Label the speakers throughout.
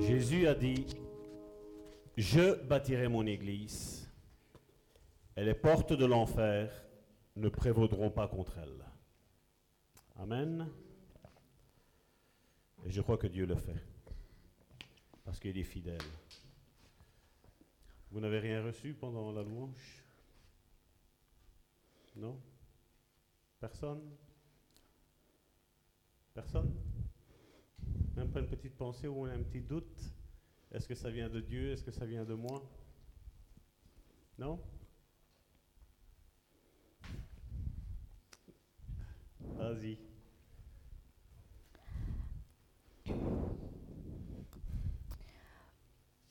Speaker 1: Jésus a dit, je bâtirai mon église et les portes de l'enfer ne prévaudront pas contre elle. Amen. Et je crois que Dieu le fait, parce qu'il est fidèle. Vous n'avez rien reçu pendant la louange Non Personne Personne Même pas une petite pensée ou un petit doute Est-ce que ça vient de Dieu Est-ce que ça vient de moi Non Vas-y.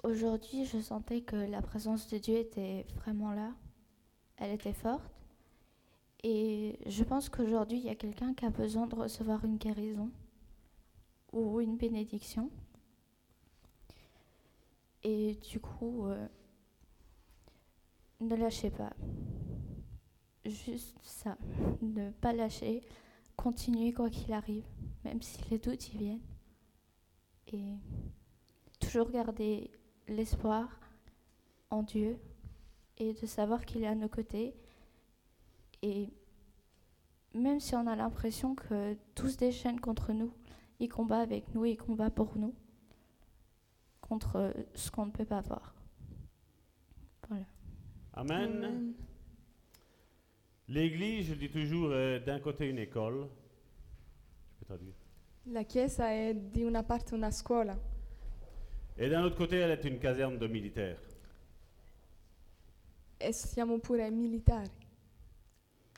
Speaker 2: Aujourd'hui, je sentais que la présence de Dieu était vraiment là. Elle était forte. Et je pense qu'aujourd'hui, il y a quelqu'un qui a besoin de recevoir une guérison ou une bénédiction. Et du coup, euh, ne lâchez pas. Juste ça, ne pas lâcher, continuer quoi qu'il arrive, même si les doutes y viennent. Et toujours garder l'espoir en Dieu et de savoir qu'il est à nos côtés. Et même si on a l'impression que tout se déchaîne contre nous, il combat avec nous, il combat pour nous, contre ce qu'on ne peut pas voir. Voilà.
Speaker 1: Amen.
Speaker 3: Ehm,
Speaker 1: L'église, je dis toujours, est d'un côté une école. Je peux traduire.
Speaker 3: La chiesa è di una parte una scuola
Speaker 1: Et d'un autre côté, elle est une caserne de militaires.
Speaker 3: e siamo pure militari.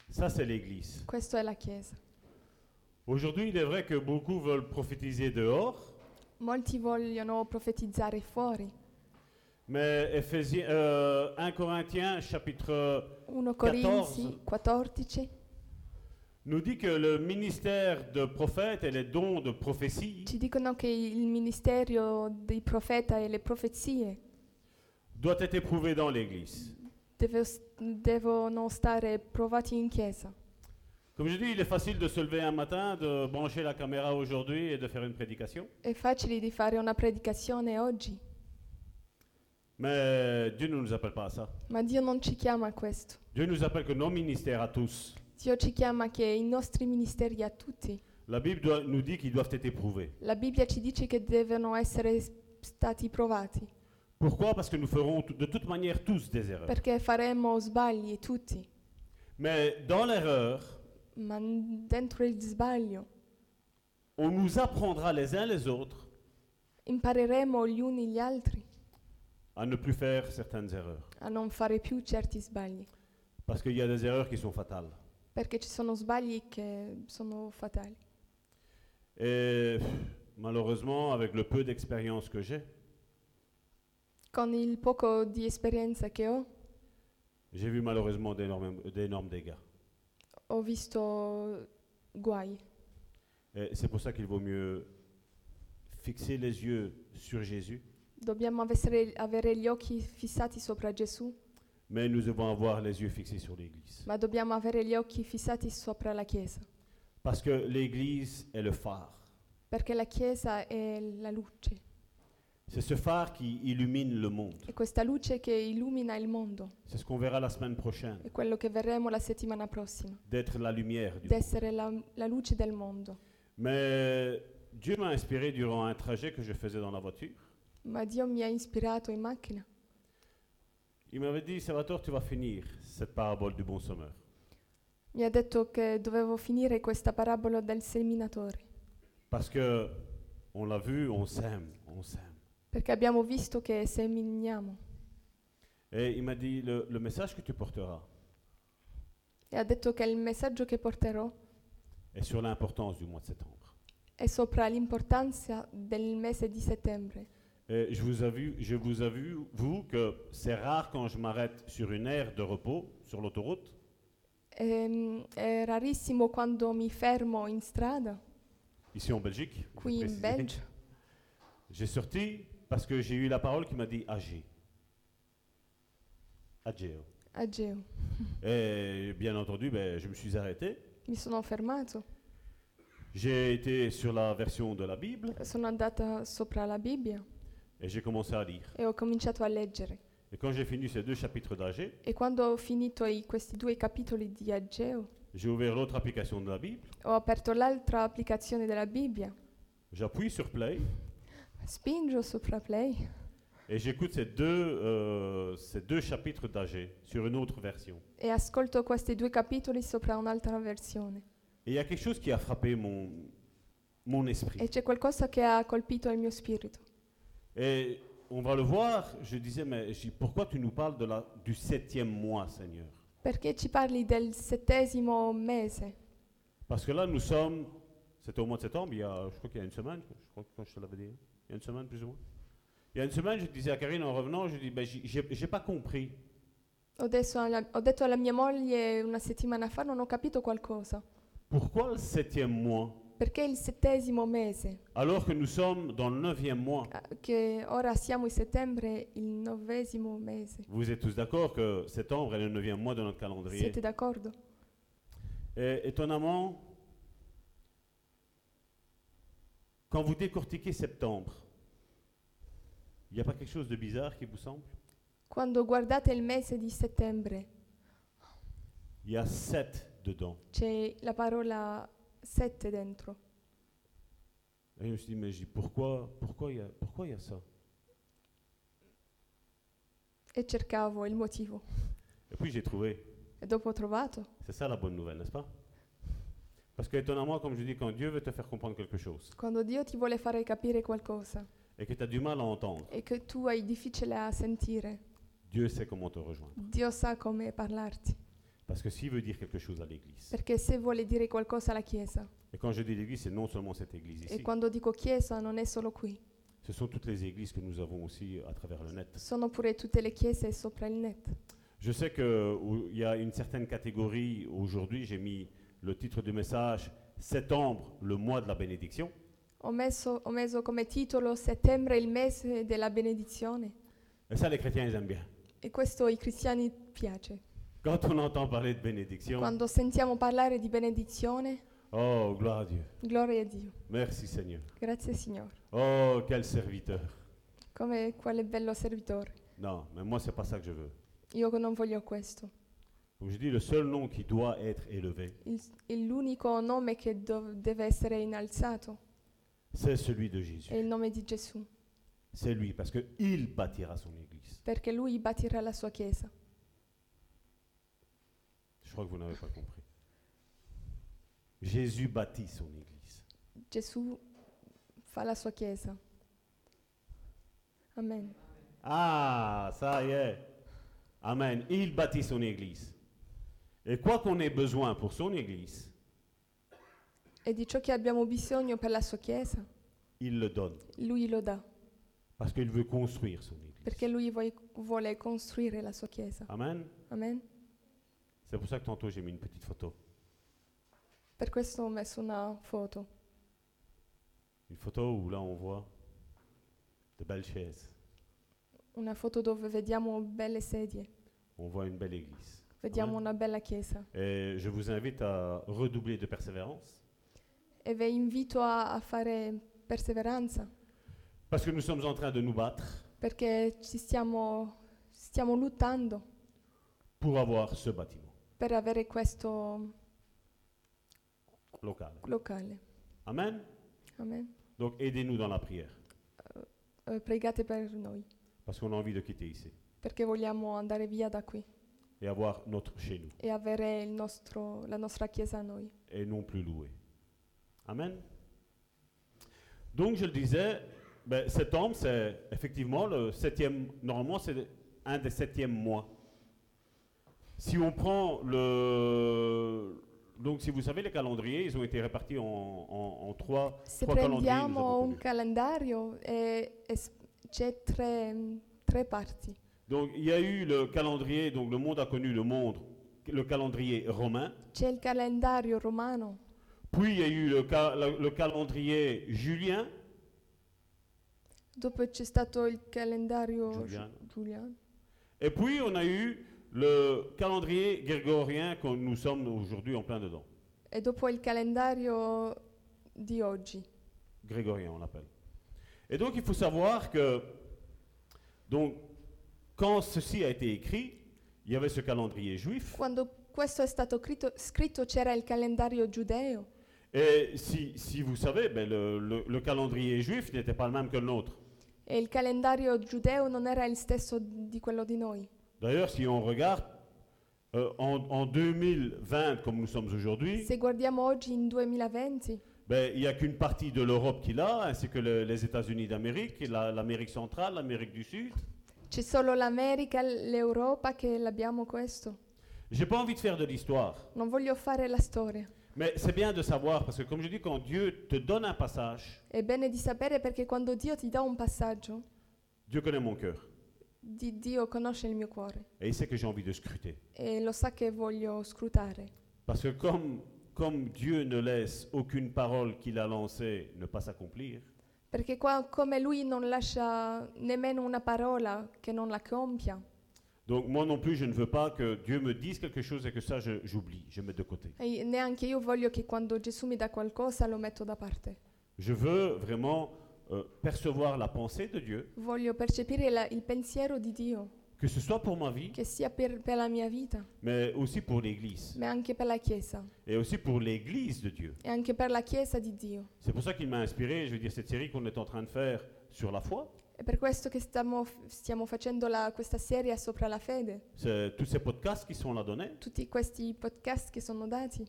Speaker 1: Ça, c'est l'église.
Speaker 3: Questa è la chiesa.
Speaker 1: Aujourd'hui, il est vrai que beaucoup veulent prophétiser dehors,
Speaker 3: Molti vogliono profetizzare fuori.
Speaker 1: mais Éphésiens, euh, 1 Corinthiens, chapitre
Speaker 3: 1 Corinzi 14
Speaker 1: nous dit que le ministère de prophète et les dons de prophétie
Speaker 3: ci dicono che il ministero dei profeta e le profezie
Speaker 1: doit être éprouvé dans l'église.
Speaker 3: deve- devono stare provati in chiesa.
Speaker 1: Comme je dis, il est facile de se lever un matin, de brancher la caméra aujourd'hui et de faire une prédication.
Speaker 3: È facile di fare una predicazione oggi,
Speaker 1: Mais Dieu ne nous appelle pas à ça.
Speaker 3: ma Dio non ci chiama a questo.
Speaker 1: Dieu nous appelle que nos ministères à tous.
Speaker 3: Dio ci chiama che i nostri ministeri a tutti.
Speaker 1: La Bible doit- nous dit qu'ils doivent être éprouvés.
Speaker 3: La Bibbia ci dice che devono essere s- stati provati,
Speaker 1: Pourquoi Parce que nous ferons tout- de toute manière tous des erreurs.
Speaker 3: perché faremo sbagli tutti,
Speaker 1: Mais dans l'erreur,
Speaker 3: ma n- dentro il sbaglio
Speaker 1: on nous apprendra les uns les autres
Speaker 3: impareremo gli uni gli altri
Speaker 1: à ne plus faire certaines erreurs.
Speaker 3: a non fare più certi sbagli,
Speaker 1: Parce qu'il y a des erreurs qui sont fatales.
Speaker 3: perché ci sono sbagli che sono fatali.
Speaker 1: Et pff, malheureusement, avec le peu d'expérience que j'ai,
Speaker 3: Con il poco di esperienza che ho,
Speaker 1: j'ai vu malheureusement d'énormes d'énormes dégâts.
Speaker 3: ho visto guai
Speaker 1: Et c'est pour ça qu'il vaut mieux fixer les yeux sur Jésus,
Speaker 3: Dobbiamo avessere- avere gli occhi fissati sopra Gesù,
Speaker 1: mais nous devons avoir les yeux fixés sur l'Église.
Speaker 3: ma dobbiamo avere gli occhi fissati sopra la Chiesa,
Speaker 1: Parce que l'Église est le phare.
Speaker 3: perché la Chiesa è la luce,
Speaker 1: C'est ce phare qui illumine le monde.
Speaker 3: è questa luce che illumina il mondo,
Speaker 1: C'est ce qu'on verra la semaine prochaine,
Speaker 3: è quello che verremo la settimana prossima,
Speaker 1: d'être la lumière du monde.
Speaker 3: d'essere la, la luce del mondo.
Speaker 1: Mais Dieu m'a inspiré durant un trajet que je faisais dans la voiture.
Speaker 3: Ma Dio mi ha ispirato in macchina
Speaker 1: Il m'avait dit, Salvatore, tu vas finir cette parabole du bon sommeur.
Speaker 3: Mi ha detto che dovevo finire questa parabola del seminatore,
Speaker 1: Parce que on l'a vu, on s'aime, on s'aime.
Speaker 3: perché abbiamo visto che seminiamo.
Speaker 1: Et il m'a dit, le, le message que tu porteras
Speaker 3: E ha detto che il messaggio che porterò
Speaker 1: est sur l'importance du mois de septembre.
Speaker 3: è sopra l'importanza del mese di settembre.
Speaker 1: Et Euh, je vous avoue, je vous avoue, vous, que c'est rare quand je m'arrête sur une aire de repos, sur l'autoroute,
Speaker 3: Ehm, è rarissimo quando mi fermo in strada,
Speaker 1: ici en Belgique. je
Speaker 3: qui in
Speaker 1: précise.
Speaker 3: Belgio.
Speaker 1: J'ai sorti parce que j'ai eu la parole qui m'a dit agis. Ageo.
Speaker 3: A Geo.
Speaker 1: Et bien entendu, ben, je me suis arrêté.
Speaker 3: Mi sono fermato,
Speaker 1: J'ai été sur la version de la Bible
Speaker 3: sono andata sopra la Bibbia
Speaker 1: Et j'ai commencé à lire.
Speaker 3: e ho cominciato a leggere.
Speaker 1: Et quand j'ai fini ces deux chapitres d'Agé,
Speaker 3: E quando ho finito i- questi due capitoli di Ageo,
Speaker 1: j'ai ouvert l'autre application de la Bible,
Speaker 3: ho aperto l'altra applicazione della Bibbia,
Speaker 1: j'appuie sur Play
Speaker 3: spingo sopra play
Speaker 1: et j'écoute ces deux, euh, ces deux chapitres d'Agé sur une autre version.
Speaker 3: e ascolto questi due capitoli sopra un'altra versione.
Speaker 1: Et il y a quelque chose qui a frappé mon, mon esprit.
Speaker 3: E c'è qualcosa che ha colpito il mio spirito.
Speaker 1: Et on va le voir, je disais, mais je dis, pourquoi tu nous parles de la, du septième mois, Seigneur
Speaker 3: Perché ci parli del settesimo mese?
Speaker 1: Parce que là, nous sommes, c'était au mois de septembre, il y a, je crois qu'il y a une semaine, je crois que quand je te l'avais dit, hein, il y a une semaine plus ou moins. Il y a une semaine, je disais à Karine en revenant, je dis, ben, j'ai- j'ai j'ai pas compris.
Speaker 3: Ho, adesso alla- ho detto alla mia moglie una settimana fa non ho capito qualcosa.
Speaker 1: Pourquoi le septième mois
Speaker 3: Perché il settesimo mese,
Speaker 1: alors que nous sommes dans le neuvième mois
Speaker 3: Ah, che ora siamo in settembre, il novesimo mese.
Speaker 1: Vous êtes tous d'accord que septembre est le neuvième mois de notre calendrier.
Speaker 3: Siete d'accordo?
Speaker 1: Et étonnamment, quand vous décortiquez septembre, il n'y a pas quelque chose de bizarre qui vous semble
Speaker 3: Quando guardate il mese di settembre
Speaker 1: Il y a sept dedans.
Speaker 3: c'è la parola sette dentro.
Speaker 1: Et je me suis dit, mais je dis, pourquoi, pourquoi il y a, pourquoi il y a ça
Speaker 3: E cercavo il motivo.
Speaker 1: Et puis j'ai trouvé.
Speaker 3: E dopo ho trovato.
Speaker 1: C'est ça la bonne nouvelle, n'est-ce pas Parce que étonnamment, comme je dis, quand Dieu veut te faire comprendre quelque chose
Speaker 3: Quando Dio ti vuole fare capire qualcosa
Speaker 1: et que tu as du mal à entendre,
Speaker 3: e che tu hai difficile a sentire,
Speaker 1: Dieu sait comment te rejoindre.
Speaker 3: Dio sa come parlarti.
Speaker 1: Parce que s'il veut dire quelque chose à l'Église,
Speaker 3: Perché se vuole dire qualcosa alla Chiesa,
Speaker 1: et quand je dis l'Église, c'est non seulement cette Église
Speaker 3: e
Speaker 1: ici,
Speaker 3: quando dico Chiesa non è solo qui,
Speaker 1: ce sont toutes les Églises que nous avons aussi à travers le net.
Speaker 3: sono pure tutte le chiese sopra il net.
Speaker 1: Je sais qu'il y a une certaine catégorie, aujourd'hui j'ai mis le titre du message, Septembre, le mois de la bénédiction.
Speaker 3: Ho messo, ho messo come titolo Settembre il mese della benedizione
Speaker 1: Et ça les chrétiens ils aiment bien.
Speaker 3: e questo ai cristiani piace.
Speaker 1: Quand on entend parler de bénédiction,
Speaker 3: Quando sentiamo parlare di benedizione,
Speaker 1: oh gloire à Dieu,
Speaker 3: gloria a Dio.
Speaker 1: merci Seigneur.
Speaker 3: Grazie Signore.
Speaker 1: Oh quel serviteur.
Speaker 3: Come quale bello servitore.
Speaker 1: Non, mais moi c'est pas ça que je veux.
Speaker 3: Io non voglio questo.
Speaker 1: Comme je dis, le seul nom qui doit être élevé,
Speaker 3: Il- il- l'unico nome che dov- deve essere innalzato
Speaker 1: c'est celui de Jésus.
Speaker 3: è il nome di Gesù,
Speaker 1: C'est lui, parce qu'il bâtira son Église.
Speaker 3: perché lui batterà la sua chiesa.
Speaker 1: Je crois que vous n'avez pas compris. Jésus bâtit son Église.
Speaker 3: Gesù fa la sua chiesa. Amen.
Speaker 1: Ah, ça y est. Amen. Il bâtit son Église. Et quoi qu'on ait besoin pour son Église,
Speaker 3: E di ciò che abbiamo bisogno per la sua chiesa,
Speaker 1: il le donne.
Speaker 3: lui lo dà,
Speaker 1: Parce qu'il veut construire son Église.
Speaker 3: perché lui vuoi- vuole costruire la sua chiesa.
Speaker 1: Amen.
Speaker 3: Amen.
Speaker 1: C'est pour ça que tantôt j'ai mis une petite photo.
Speaker 3: Per questo ho messo una foto.
Speaker 1: Une photo où là on voit de belles chaises.
Speaker 3: una foto dove vediamo belle sedie,
Speaker 1: On voit une belle Église.
Speaker 3: vediamo
Speaker 1: Amen.
Speaker 3: una bella chiesa
Speaker 1: Et je vous invite à redoubler de persévérance.
Speaker 3: e vi invito a, a fare perseveranza
Speaker 1: Parce que nous sommes en train de nous battre
Speaker 3: perché ci stiamo, stiamo lottando
Speaker 1: pour avoir ce bâtiment
Speaker 3: per avere questo
Speaker 1: local.
Speaker 3: locale.
Speaker 1: Amen.
Speaker 3: Amen.
Speaker 1: Donc aidez-nous dans la prière.
Speaker 3: Eh, pregate per noi
Speaker 1: Parce qu'on a envie de quitter ici
Speaker 3: perché vogliamo andare via da qui
Speaker 1: et avoir notre chez nous.
Speaker 3: e avere il nostro, la nostra chiesa a noi.
Speaker 1: et non plus loué. Amen. Donc je le disais, ben, septembre, c'est effectivement le septième, normalement c'est un des septièmes mois. Si on prend le... Donc si vous savez, les calendriers, ils ont été répartis en, en- en trois...
Speaker 3: Se
Speaker 1: Qua calendrieri nous
Speaker 3: prendiamo
Speaker 1: avons
Speaker 3: un
Speaker 1: connu.
Speaker 3: calendario eh, es- c'è tre, tre parti.
Speaker 1: Donc il y a eu le calendrier, donc le monde a connu le monde, le calendrier romain,
Speaker 3: C'è il calendario romano,
Speaker 1: puis il y a eu le, ca- le- le calendrier julien,
Speaker 3: Dopo c'è stato il calendario Gi-
Speaker 1: Giuliano.
Speaker 3: Giuliano.
Speaker 1: Et puis, on a eu le calendrier grégorien que nous sommes aujourd'hui en plein dedans.
Speaker 3: e dopo il calendario di oggi.
Speaker 1: Grégorien, on l'appelle. Et donc, il faut savoir que Donc, quand ceci a été écrit, il y avait ce calendrier juif.
Speaker 3: Quando questo è stato crito- scritto c'era il calendario giudeo
Speaker 1: Et si, si vous savez, ben, le, le- le calendrier juif n'était pas le même que le nôtre.
Speaker 3: e il calendario giudeo non era il stesso di quello di noi.
Speaker 1: D'ailleurs, si on regarde euh, en, en 2020, comme nous sommes aujourd'hui,
Speaker 3: Se guardiamo oggi in 2020,
Speaker 1: ben, il n'y a qu'une partie de l'Europe qui l'a, ainsi que le- les États-Unis d'Amérique, la- l'Amérique centrale, l'Amérique du Sud.
Speaker 3: c'è solo l'America, l'Europa che l'abbiamo questo.
Speaker 1: J'ai pas envie de faire de l'histoire,
Speaker 3: Non voglio fare la storia.
Speaker 1: mais c'est bien de savoir, parce que comme je dis, quand Dieu te donne un passage,
Speaker 3: È bene di sapere perché quando Dio ti dà un passaggio,
Speaker 1: Dieu connaît mon cœur,
Speaker 3: di- Dio conosce il mio cuore
Speaker 1: et il sait que j'ai envie de scruter.
Speaker 3: e lo sa che voglio scrutare.
Speaker 1: Parce que comme, comme Dieu ne laisse aucune parole qu'il a lancée ne pas s'accomplir,
Speaker 3: Perché qua, come lui non lascia nemmeno una parola che non la compia,
Speaker 1: donc moi non plus, je ne veux pas que Dieu me dise quelque chose et que ça, je- j'oublie, je mets de côté.
Speaker 3: e neanche io voglio che quando Gesù mi dà qualcosa lo metto da parte.
Speaker 1: Je veux vraiment euh, percevoir la pensée de Dieu,
Speaker 3: Voglio percepire la- il pensiero di Dio,
Speaker 1: que ce soit pour ma vie,
Speaker 3: che sia per, per la mia vita,
Speaker 1: mais aussi pour l'Église,
Speaker 3: ma anche per la Chiesa,
Speaker 1: et aussi pour l'Église de Dieu.
Speaker 3: e anche per la Chiesa di Dio.
Speaker 1: C'est pour ça qu'il m'a inspiré, je veux dire, cette série qu'on est en train de faire sur la foi,
Speaker 3: È per questo che stiamo, stiamo facendo la- questa serie sopra la fede,
Speaker 1: c'est tous ces podcasts qui sont là donnés,
Speaker 3: tutti questi podcast che sono dati,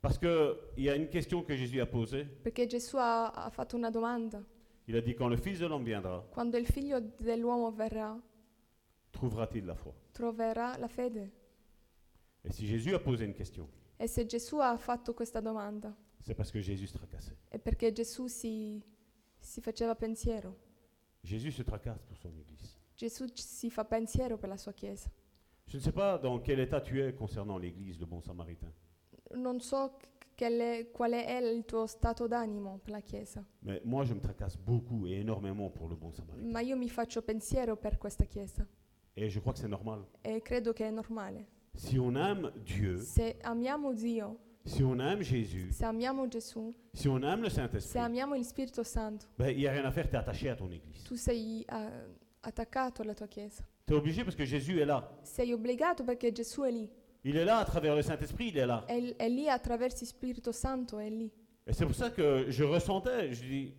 Speaker 1: parce qu'il y a une question que Jésus a posée.
Speaker 3: perché Gesù ha, ha fatto una domanda.
Speaker 1: Il a dit, quand le Fils de l'homme viendra,
Speaker 3: Quando il figlio dell'uomo verrà,
Speaker 1: trouvera-t-il la foi
Speaker 3: troverà la fede?
Speaker 1: Et si Jésus a posé une question,
Speaker 3: E se Gesù ha fatto questa domanda,
Speaker 1: c'est parce que Jésus se tracassait.
Speaker 3: è perché Gesù si, si faceva pensiero.
Speaker 1: Jésus se tracasse pour son Église.
Speaker 3: Gesù ci- si fa pensiero per la sua Chiesa.
Speaker 1: Je ne sais pas dans quel état tu es concernant l'Église, le bon Samaritain,
Speaker 3: Non so c- che le- quale è il tuo stato d'animo per la Chiesa,
Speaker 1: mais moi je me tracasse beaucoup et énormément pour le bon Samaritain.
Speaker 3: ma io mi faccio pensiero per questa Chiesa
Speaker 1: Et je crois que c'est normal.
Speaker 3: e credo che è normale.
Speaker 1: Si on aime Dieu,
Speaker 3: Se amiamo Dio,
Speaker 1: si on aime Jésus,
Speaker 3: se amiamo Gesù,
Speaker 1: si on aime le
Speaker 3: se
Speaker 1: Saint-Esprit,
Speaker 3: amiamo il Spirito Santo,
Speaker 1: ben, il n'y a rien à faire, tu es attaché à ton Église.
Speaker 3: tu sei eh, attaccato alla tua Chiesa.
Speaker 1: Tu es obligé parce que Jésus est là.
Speaker 3: Sei obbligato perché Gesù è lì,
Speaker 1: Il est là à travers le Saint-Esprit, il est là.
Speaker 3: è, è lì attraverso il Spirito Santo, è lì.
Speaker 1: Et c'est pour ça que je ressentais, je dis,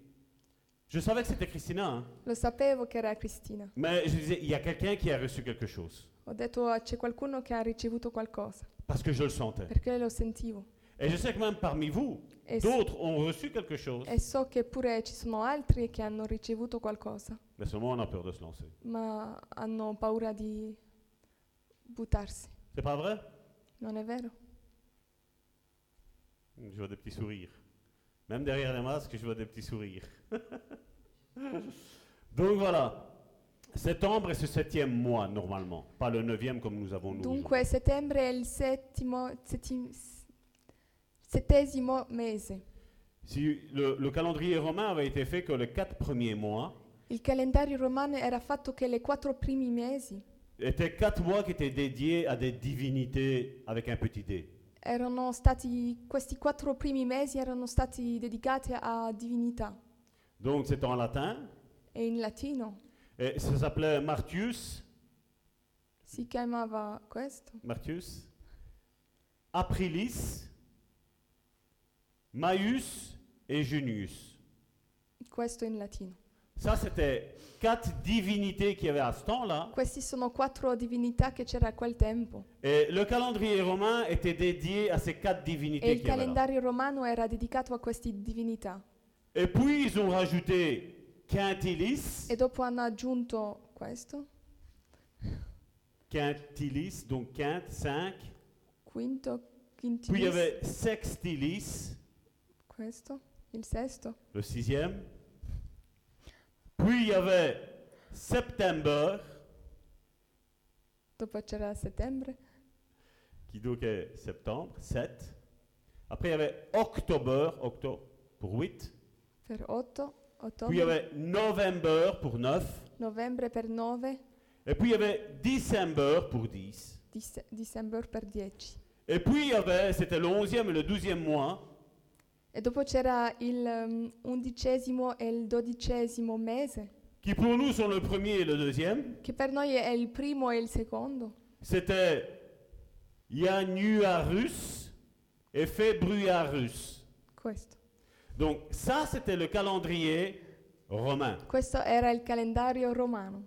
Speaker 1: je savais que c'était Christina, hein,
Speaker 3: Lo sapevo che era Cristina.
Speaker 1: mais je disais, il y a quelqu'un qui a reçu quelque chose.
Speaker 3: Ho detto "Ah, c'è qualcuno che ha ricevuto qualcosa,
Speaker 1: Parce que je le sentais.
Speaker 3: perché lo sentivo.
Speaker 1: Et je sais que même parmi vous,
Speaker 3: E, s-
Speaker 1: d'autres ont reçu quelque chose.
Speaker 3: e so che pure ci sono altri che hanno ricevuto qualcosa,
Speaker 1: Mais seulement on a peur de se lancer.
Speaker 3: ma hanno paura di buttarsi,
Speaker 1: C'est pas vrai
Speaker 3: non è vero?
Speaker 1: Je vois des petits sourires. Même derrière les masques, je vois des petits sourires. Donc voilà. Septembre est ce septième mois normalement, pas le neuvième comme nous avons nous.
Speaker 3: Dunque settembre è il settimo, settim- s- settesimo mese.
Speaker 1: aujourd'hui. Si le, le calendrier romain avait été fait que les quatre premiers mois
Speaker 3: Il calendario romano era fatto che le quattro primi mesi
Speaker 1: étaient quatre mois qui étaient dédiés à des divinités avec un petit d.
Speaker 3: erano stati, questi quattro primi mesi erano stati dedicati a divinità.
Speaker 1: Donc c'est en latin
Speaker 3: E in latino
Speaker 1: et ça s'appelait Martius,
Speaker 3: si chiamava questo
Speaker 1: Martius, Aprilis, Maius et Junius.
Speaker 3: questo in latino.
Speaker 1: Ça, c'était quatre divinités qu'il y avait à ce temps-là.
Speaker 3: Queste sono quattro divinità che c'era a quel tempo
Speaker 1: Et le calendrier romain était dédié à ces quatre
Speaker 3: e
Speaker 1: divinités
Speaker 3: il
Speaker 1: qu'il y avait là.
Speaker 3: calendario romano era dedicato a queste divinità
Speaker 1: Et puis, ils ont rajouté Quintilis,
Speaker 3: e dopo hanno aggiunto questo,
Speaker 1: Quintilis, donc quint, cinq.
Speaker 3: quinto,
Speaker 1: Puis, il y
Speaker 3: quintilis,
Speaker 1: avait Sextilis,
Speaker 3: questo, il sesto,
Speaker 1: le sixième. Puis, il y avait September,
Speaker 3: dopo c'era settembre,
Speaker 1: qui donc est septembre, 7. Après, il y avait October, octobre pour 8.
Speaker 3: per otto,
Speaker 1: Puis il y
Speaker 3: ottobre,
Speaker 1: avait November pour 9.
Speaker 3: novembre per nove,
Speaker 1: Et puis il y avait December pour 10.
Speaker 3: disse- dicembre per dieci.
Speaker 1: Et puis il y avait, c'était le 11e et le 12e mois,
Speaker 3: E dopo c'era il um, undicesimo e il dodicesimo mese
Speaker 1: qui qui pour nous sont le premier et le deuxième,
Speaker 3: che per noi è il primo e il secondo,
Speaker 1: c'était Januarus et Februarus.
Speaker 3: questo.
Speaker 1: Donc ça, c'était le calendrier romain.
Speaker 3: Questo era il calendario romano.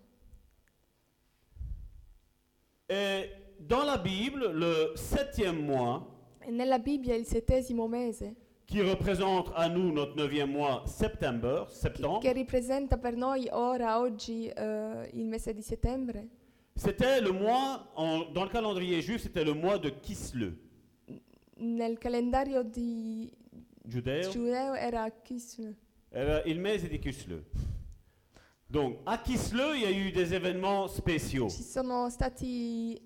Speaker 1: Et dans la Bible, le septième mois,
Speaker 3: E nella Bibbia il settesimo mese,
Speaker 1: qui représente à nous notre neuvième mois, septembre,
Speaker 3: che,
Speaker 1: septembre,
Speaker 3: che ripresenta per noi ora, oggi, eh, il mese di settembre,
Speaker 1: c'était le mois, en- dans le calendrier juif, c'était le mois de Kisle,
Speaker 3: nel calendario di
Speaker 1: judéo.
Speaker 3: giudeo era Kislev.
Speaker 1: Eh ben, il mese di Kisle. Donc, à Kisle, il y a eu des événements spéciaux.
Speaker 3: Ci sono stati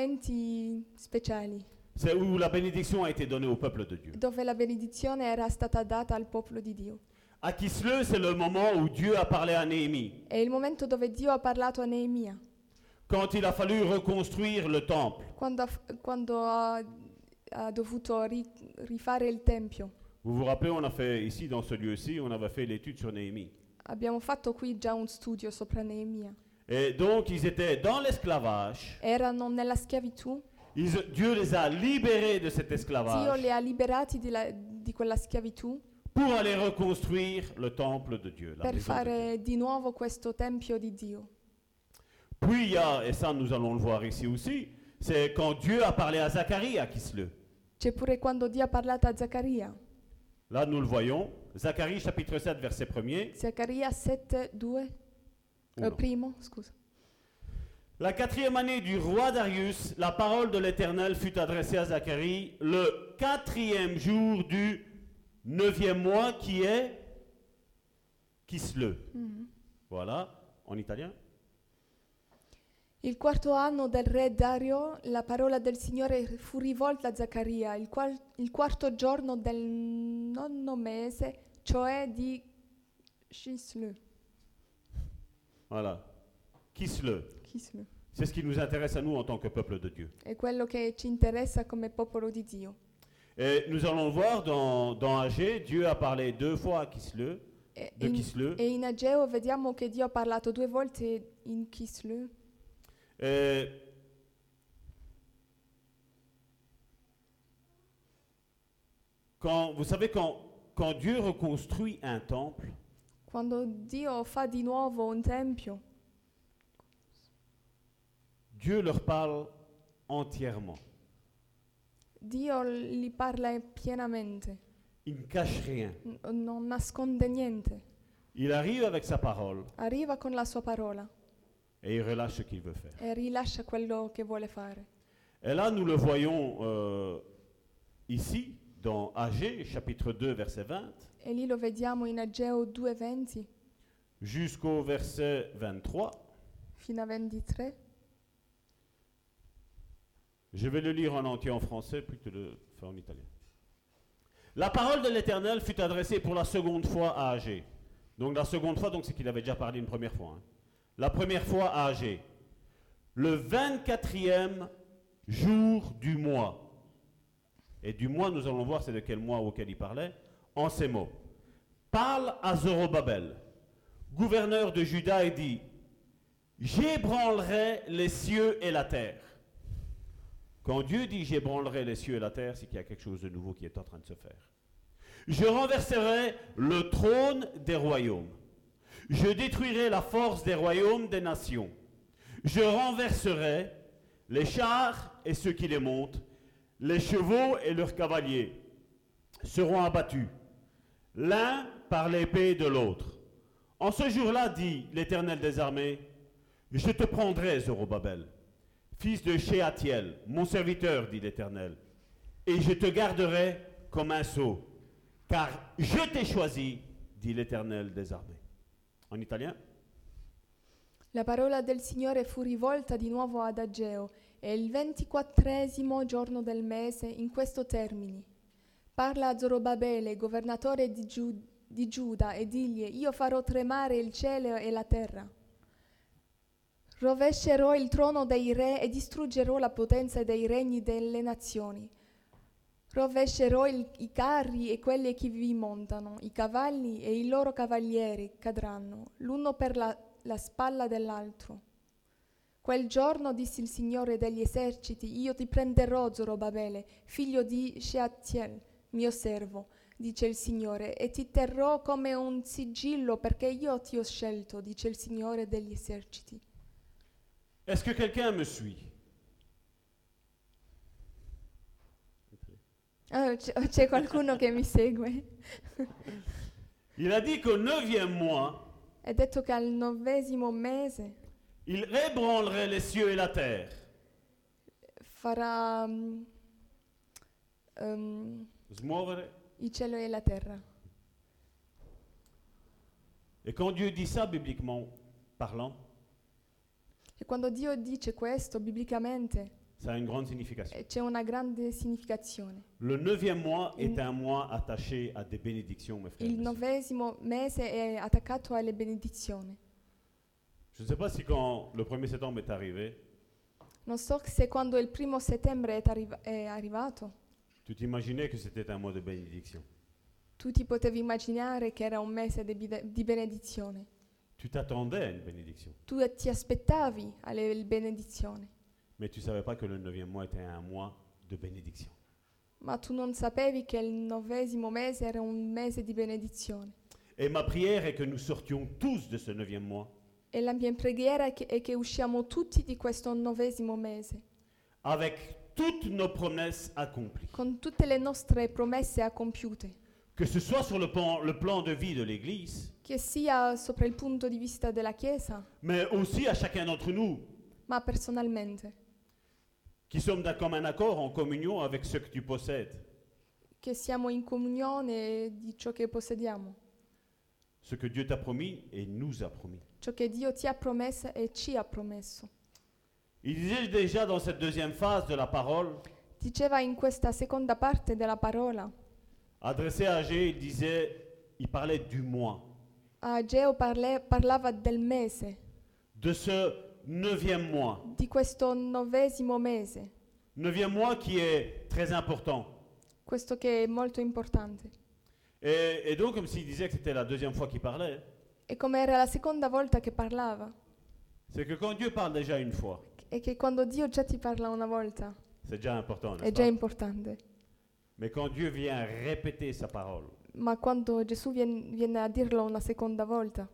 Speaker 3: avvenimenti speciali
Speaker 1: C'est où la bénédiction a été donnée au peuple de Dieu.
Speaker 3: dove la benedizione era stata data al popolo di Dio.
Speaker 1: À Kisle, c'est le moment où Dieu a parlé à Néhémie,
Speaker 3: È il momento dove Dio ha parlato a Neemia,
Speaker 1: quand il a fallu reconstruire le temple.
Speaker 3: quando ha, f- quando ha- ha dovuto ri- rifare il Tempio.
Speaker 1: Vous vous rappelez, on a fait ici, dans ce lieu-ci, on avait fait l'étude sur Néhémie.
Speaker 3: Abbiamo fatto qui già un studio sopra Neemia.
Speaker 1: Et donc, ils étaient dans l'esclavage.
Speaker 3: Erano nella schiavitù,
Speaker 1: Ils- Dieu les a libérés de cet
Speaker 3: Dio
Speaker 1: esclavage
Speaker 3: li ha liberati di, la- di quella schiavitù
Speaker 1: pour aller reconstruire le temple de Dieu. la
Speaker 3: per
Speaker 1: maison de Dieu.
Speaker 3: fare di nuovo questo Tempio di Dio.
Speaker 1: Puis il y a, et ça nous allons le voir ici aussi, c'est quand Dieu a parlé à Zacharie à Kisle.
Speaker 3: C'è pure quando Dio ha parlato a Zaccaria,
Speaker 1: Là, nous le voyons. Zacharie chapitre 7, verset 1er.
Speaker 3: Zaccaria 7, 2,
Speaker 1: Oh non.
Speaker 3: primo, scusa.
Speaker 1: La quatrième année du roi Darius, la parole de l'Éternel fut adressée à Zacharie le quatrième jour du neuvième mois qui est Kisle. Voilà, en italien.
Speaker 3: Il quarto anno del re Dario, la parola del Signore fu rivolta a Zaccaria, il, qual- il quarto giorno del nonno mese, cioè di Chislu.
Speaker 1: Voilà. Kisle.
Speaker 3: Chislu.
Speaker 1: C'est ce qui nous intéresse à nous en tant que peuple de Dieu.
Speaker 3: È quello che ci interessa come popolo di Dio.
Speaker 1: Et nous allons le voir dans, dans Agé, Dieu a parlé deux fois à Kisle,
Speaker 3: E
Speaker 1: de
Speaker 3: in,
Speaker 1: Kisle.
Speaker 3: e in Ageo vediamo che Dio ha parlato due volte in Chislu.
Speaker 1: Euh, quand, vous savez, quand, quand Dieu reconstruit un temple,
Speaker 3: Quando Dio fa di nuovo un tempio,
Speaker 1: Dieu leur parle entièrement.
Speaker 3: Dio li parla pienamente,
Speaker 1: Il ne cache rien.
Speaker 3: n- non nasconde niente.
Speaker 1: Il arrive avec sa parole
Speaker 3: Arriva con la sua parola
Speaker 1: et il relâche ce qu'il veut faire.
Speaker 3: e rilascia quello che vuole fare.
Speaker 1: Et là, nous le voyons euh, ici, dans Agé, chapitre 2, verset 20,
Speaker 3: E lì lo vediamo in Ageo 2:20
Speaker 1: jusqu'au verset 23.
Speaker 3: fino a 23.
Speaker 1: Je vais le lire en entier en français plutôt que de le faire en italien. La parole de l'Éternel fut adressée pour la seconde fois à Agé. Donc la seconde fois, donc c'est qu'il avait déjà parlé une première fois. hein. La première fois à Agé. Le 24e jour du mois. Et du mois, nous allons voir c'est de quel mois auquel il parlait. En ces mots. Parle à Zorobabel, gouverneur de Juda, et dit, j'ébranlerai les cieux et la terre. Quand Dieu dit j'ébranlerai les cieux et la terre, c'est qu'il y a quelque chose de nouveau qui est en train de se faire. Je renverserai le trône des royaumes. Je détruirai la force des royaumes des nations. Je renverserai les chars et ceux qui les montent. Les chevaux et leurs cavaliers seront abattus, l'un par l'épée de l'autre. En ce jour-là, dit l'Éternel des armées, je te prendrai, Zorobabel, fils de Shealtiel, mon serviteur, dit l'Éternel, et je te garderai comme un sceau, car je t'ai choisi, dit l'Éternel des armées. En italien
Speaker 3: La parola del Signore fu rivolta di nuovo ad Ageo, e il ventiquattresimo giorno del mese, in questo termini. Parla a Zorobabele, governatore di, Giu- di Giuda, e digli, io farò tremare il cielo e la terra. Rovescerò il trono dei re e distruggerò la potenza dei regni delle nazioni. Rovescerò il- i carri e quelli che vi montano, i cavalli e i loro cavalieri cadranno, l'uno per la, la spalla dell'altro. Quel giorno disse il Signore degli eserciti, io ti prenderò Zorobabele, figlio di Shealtiel, mio servo, dice il Signore, e ti terrò come un sigillo perché io ti ho scelto, dice il Signore degli eserciti.
Speaker 1: Est-ce que quelqu'un me suit
Speaker 3: Ah, c- c'è qualcuno che mi segue.
Speaker 1: Il a dit qu'au neuvième mois,
Speaker 3: È detto che al novesimo mese
Speaker 1: il ébranlerait les cieux et la terre.
Speaker 3: farà mm, ehm,
Speaker 1: Zmoverait.
Speaker 3: il cielo e la terra.
Speaker 1: Et quand Dieu dit ça, bibliquement parlant,
Speaker 3: E quando Dio dice questo biblicamente
Speaker 1: ça a une grande signification.
Speaker 3: eh, c'è una grande significazione.
Speaker 1: Le neuvième mois
Speaker 3: Il-
Speaker 1: est un mois attaché à des bénédictions, mes frères. et
Speaker 3: Il
Speaker 1: mes sœurs.
Speaker 3: novesimo mese è attaccato alle benedizioni.
Speaker 1: Je ne sais pas si quand le 1er settembre est arrivé,
Speaker 3: Non so se quando il primo settembre è, tarri- è arrivato
Speaker 1: tu t'imaginais que c'était un mois de bénédiction.
Speaker 3: tu ti potevi immaginare che era un mese di bide- di benedizione.
Speaker 1: Tu t'attendais à une bénédiction,
Speaker 3: Tu ti aspettavi alle benedizioni,
Speaker 1: mais tu ne savais pas que le neuvième mois était un mois de bénédiction.
Speaker 3: ma tu non sapevi che il novesimo mese era un mese di benedizione.
Speaker 1: Et ma prière est que nous sortions tous de ce neuvième mois
Speaker 3: E la mia preghiera è che, è che usciamo tutti di questo novesimo mese,
Speaker 1: avec toutes nos promesses accomplies.
Speaker 3: con tutte le nostre promesse a compiute,
Speaker 1: Que ce soit sur le plan, le plan de vie de l'Église,
Speaker 3: che sia sopra il punto di vista della Chiesa,
Speaker 1: mais aussi à chacun d'entre nous
Speaker 3: ma personalmente,
Speaker 1: qui sommes d'un commun accord en communion avec ce que tu possèdes,
Speaker 3: che siamo in comunione di ciò che possediamo,
Speaker 1: ce que Dieu t'a promis et nous a promis.
Speaker 3: ciò che Dio ti ha promesso e ci ha promesso.
Speaker 1: Il disait déjà dans cette deuxième phase de la parole,
Speaker 3: Diceva in questa seconda parte della parola,
Speaker 1: adressé à Agé, il disait, il parlait du mois,
Speaker 3: Ageo parle- parlava del mese,
Speaker 1: de ce neuvième mois.
Speaker 3: di questo novesimo mese,
Speaker 1: Neuvième mois qui est très important.
Speaker 3: questo che è molto importante.
Speaker 1: Et, et donc, comme s'il disait que c'était la deuxième fois qu'il parlait,
Speaker 3: E come era la seconda volta che parlava,
Speaker 1: c'est que quand Dieu parle déjà une fois,
Speaker 3: e che quando Dio già ti parla una volta
Speaker 1: c'est déjà important, n'est-ce
Speaker 3: è già
Speaker 1: pas
Speaker 3: importante,
Speaker 1: Mais quand Dieu vient répéter sa parole,
Speaker 3: ma quando Gesù vien- viene a dirlo una seconda volta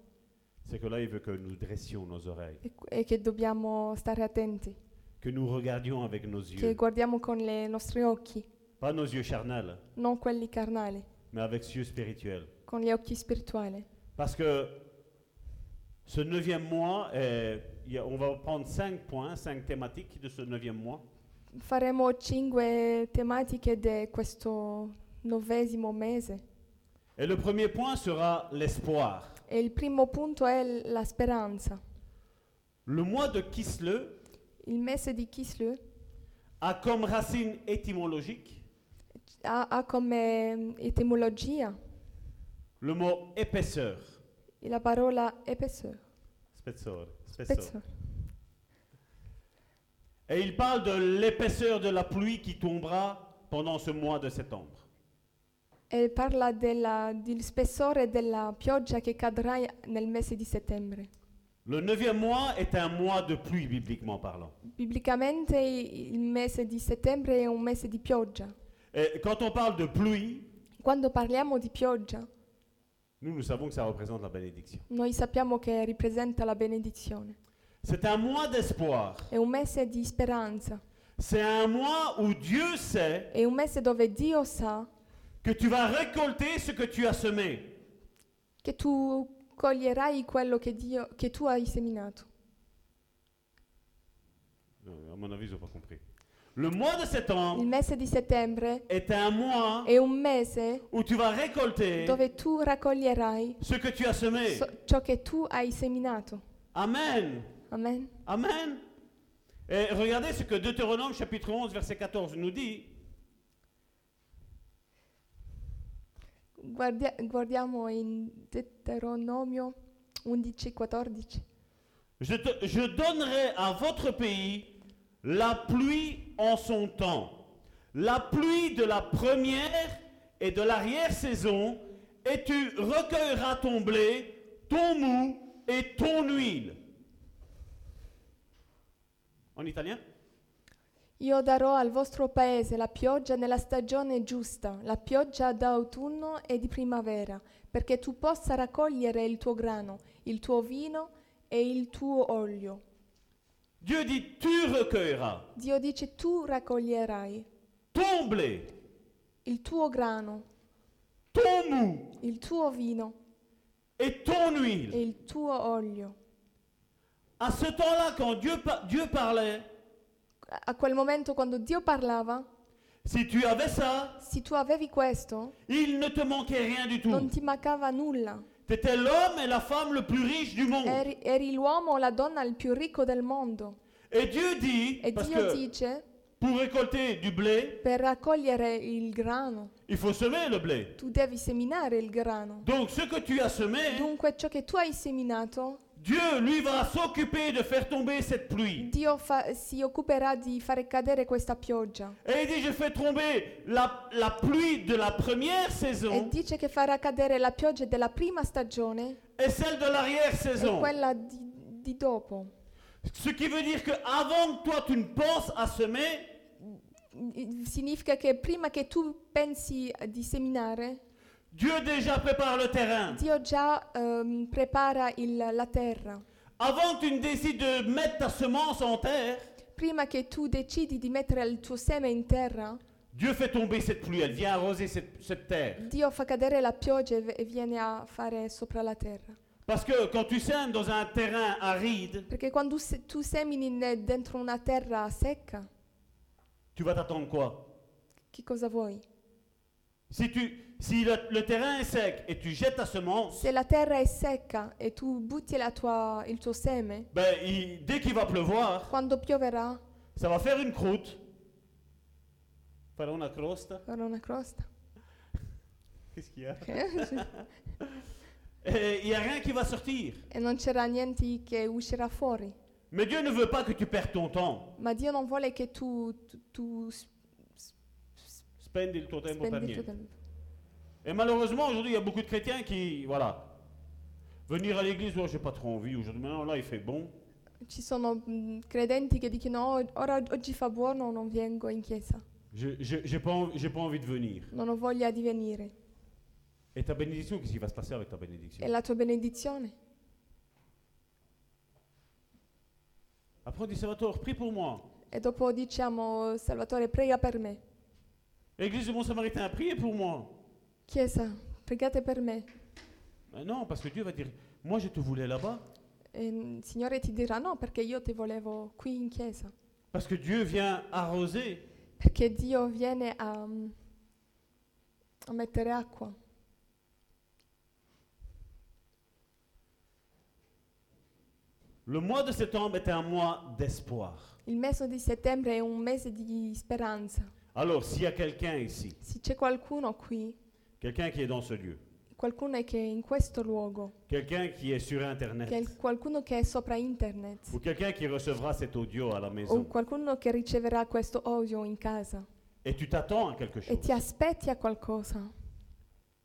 Speaker 1: c'est que là, il veut que nous dressions nos oreilles,
Speaker 3: è, è che dobbiamo stare attenti,
Speaker 1: que nous regardions avec nos
Speaker 3: che
Speaker 1: yeux,
Speaker 3: guardiamo con i nostri occhi,
Speaker 1: pas nos yeux charnels,
Speaker 3: non quelli carnali,
Speaker 1: mais avec yeux spirituels.
Speaker 3: con gli occhi spirituali.
Speaker 1: Parce que ce neuvième mois, est- il y a- on va prendre cinq points, cinq thématiques de ce neuvième mois.
Speaker 3: Faremo cinque tematiche di questo novesimo mese.
Speaker 1: Et le premier point sera l'espoir.
Speaker 3: E il primo punto è l- la speranza.
Speaker 1: Le mois de Kisle
Speaker 3: Il mese di Kislev
Speaker 1: a comme racine étymologique
Speaker 3: ha, ha come mm, etimologia
Speaker 1: le mot épaisseur.
Speaker 3: la parola epesor,
Speaker 1: Spessor, spessor.
Speaker 3: spessor,
Speaker 1: Et il parle de l'épaisseur de la pluie qui tombera pendant ce mois de septembre.
Speaker 3: e parla della, del spessore della pioggia che cadrà i- nel mese di settembre.
Speaker 1: Le neuvième mois est un mois de pluie, bibliquement parlant.
Speaker 3: Biblicamente i- il mese di settembre è un mese di pioggia.
Speaker 1: Et quand on parle de pluie,
Speaker 3: Quando parliamo di pioggia,
Speaker 1: nous, nous savons que ça représente la bénédiction.
Speaker 3: noi sappiamo che rappresenta la benedizione.
Speaker 1: C'est un mois d'espoir.
Speaker 3: È un mese di speranza,
Speaker 1: C'est un mois où Dieu sait
Speaker 3: è un mese dove Dio sa
Speaker 1: que tu vas récolter ce que tu as semé.
Speaker 3: che tu coglierai quello che, Dio, che tu hai seminato.
Speaker 1: Non, à mon avis, ils n'ont pas compris. Le mois de
Speaker 3: Il
Speaker 1: septembre
Speaker 3: mese di settembre
Speaker 1: est un mois
Speaker 3: è un mese
Speaker 1: où tu vas récolter
Speaker 3: dove tu raccoglierai
Speaker 1: ce que tu as semé.
Speaker 3: so- ciò che tu hai seminato.
Speaker 1: Amen.
Speaker 3: Amen.
Speaker 1: Amen. Et regardez ce que Deutéronome chapitre 11 verset 14 nous dit.
Speaker 3: Guardia- guardiamo in Deuteronomio 11, 14.
Speaker 1: Je, te- je donnerai à votre pays la pluie en son temps, la pluie de la première et de l'arrière-saison, et tu recueilleras ton blé, ton mou et ton huile. En italien
Speaker 3: Io darò al vostro paese la pioggia nella stagione giusta, la pioggia d'autunno e di primavera, perché tu possa raccogliere il tuo grano, il tuo vino e il tuo olio.
Speaker 1: Dieu dit, tu recueilleras
Speaker 3: Dio dice tu raccoglierai
Speaker 1: ton blé,
Speaker 3: il tuo grano,
Speaker 1: ton mou
Speaker 3: il tuo vino
Speaker 1: et ton huile.
Speaker 3: e il tuo olio.
Speaker 1: À ce temps-là, quand Dieu, par- Dieu parlait,
Speaker 3: A quel momento quando Dio parlava,
Speaker 1: si tu avais ça,
Speaker 3: se tu avevi questo,
Speaker 1: il ne te manquait rien du
Speaker 3: non
Speaker 1: tout.
Speaker 3: ti mancava nulla.
Speaker 1: Tu étais l'homme et la femme le plus riche du monde.
Speaker 3: Eri, eri l'uomo o la donna il più ricco del mondo.
Speaker 1: Et Dieu dit,
Speaker 3: E
Speaker 1: parce
Speaker 3: Dio
Speaker 1: que
Speaker 3: dice,
Speaker 1: pour récolter du blé,
Speaker 3: per raccogliere il grano,
Speaker 1: il faut semer le blé.
Speaker 3: tu devi seminare il grano.
Speaker 1: Donc ce que tu as semé,
Speaker 3: Dunque ciò che tu hai seminato,
Speaker 1: Dieu, lui, va s'occuper de faire tomber cette pluie.
Speaker 3: Dio fa- si occuperà di fare cadere questa pioggia.
Speaker 1: Et il dit, je fais tomber la, la pluie de la première
Speaker 3: E
Speaker 1: saison
Speaker 3: dice che farà cadere la pioggia della prima stagione
Speaker 1: et celle de
Speaker 3: e
Speaker 1: l'arrière-saison.
Speaker 3: quella di, di dopo.
Speaker 1: Ce qui veut dire qu'avant que toi, tu ne penses à semer,
Speaker 3: Mm, Significa che prima che tu pensi di seminare,
Speaker 1: Dieu déjà prépare le terrain.
Speaker 3: Dio già ehm, prepara il- la terra.
Speaker 1: Avant que tu ne décides de mettre ta semence en terre,
Speaker 3: Prima che tu decidi di mettere il tuo seme in terra,
Speaker 1: Dieu fait tomber cette pluie, elle vient arroser cette, cette terre.
Speaker 3: Dio fa cadere la pioggia e v- e viene a fare sopra la terra.
Speaker 1: Parce que quand tu sèmes dans un terrain aride,
Speaker 3: Perché quando se- tu semini ne- dentro una terra secca,
Speaker 1: tu vas t'attendre quoi
Speaker 3: che cosa vuoi?
Speaker 1: Si, tu, si le, le terrain est sec et tu jettes ta semence,
Speaker 3: Se la terra è secca e tu butti la tua- il tuo seme,
Speaker 1: ben, il- dès qu'il va pleuvoir,
Speaker 3: quando pioverà
Speaker 1: ça va faire une croûte. Faire une crosta.
Speaker 3: farà una crosta.
Speaker 1: Qu'est-ce qu'il y a Et Euh, Il n'y a rien qui va sortir.
Speaker 3: e non c'era niente che uscirà fuori.
Speaker 1: Mais Dieu ne veut pas que tu perdes ton temps.
Speaker 3: Ma Dio non vuole che tu, tu, tu s- s- s-
Speaker 1: Spendi il tuo tempo per
Speaker 3: spendi il tuo
Speaker 1: niente.
Speaker 3: tempo.
Speaker 1: Et malheureusement, aujourd'hui, il y a beaucoup de chrétiens qui, voilà, venir à l'église, ouais, j'ai pas trop envie aujourd'hui, maintenant là, il fait bon.
Speaker 3: Ci sono mh, credenti che dicono "Oh, ora oggi fa buono, non vengo in chiesa,
Speaker 1: Je- je- J'ai pas, env- j'ai pas envie de venir.
Speaker 3: non ho voglia di venire.
Speaker 1: Et ta bénédiction, qu'est-ce qui va se passer avec ta bénédiction
Speaker 3: E la tua benedizione?
Speaker 1: Après, on dit, Salvatore, prie pour moi.
Speaker 3: E dopo diciamo Salvatore prega per me.
Speaker 1: L'église du Bon Samaritain, priez pour moi.
Speaker 3: Chiesa, pregate per me.
Speaker 1: Ben non, parce que Dieu va dire, moi, je te voulais là-bas.
Speaker 3: E il Signore ti dirà no perché io ti volevo qui in chiesa.
Speaker 1: Parce que Dieu vient arroser.
Speaker 3: Perché Dio viene a, a mettere acqua.
Speaker 1: Le mois de septembre était un mois d'espoir.
Speaker 3: Il mese di settembre è un mese di speranza.
Speaker 1: Alors, s'il y a quelqu'un ici,
Speaker 3: Se c'è qualcuno qui,
Speaker 1: quelqu'un qui est dans ce lieu,
Speaker 3: qualcuno che è in questo luogo,
Speaker 1: quelqu'un qui est sur Internet,
Speaker 3: che- qualcuno che è sopra internet
Speaker 1: ou quelqu'un qui recevra cet audio à la
Speaker 3: o
Speaker 1: maison,
Speaker 3: qualcuno che riceverà questo audio in casa
Speaker 1: et tu t'attends à quelque chose.
Speaker 3: e ti aspetti a qualcosa,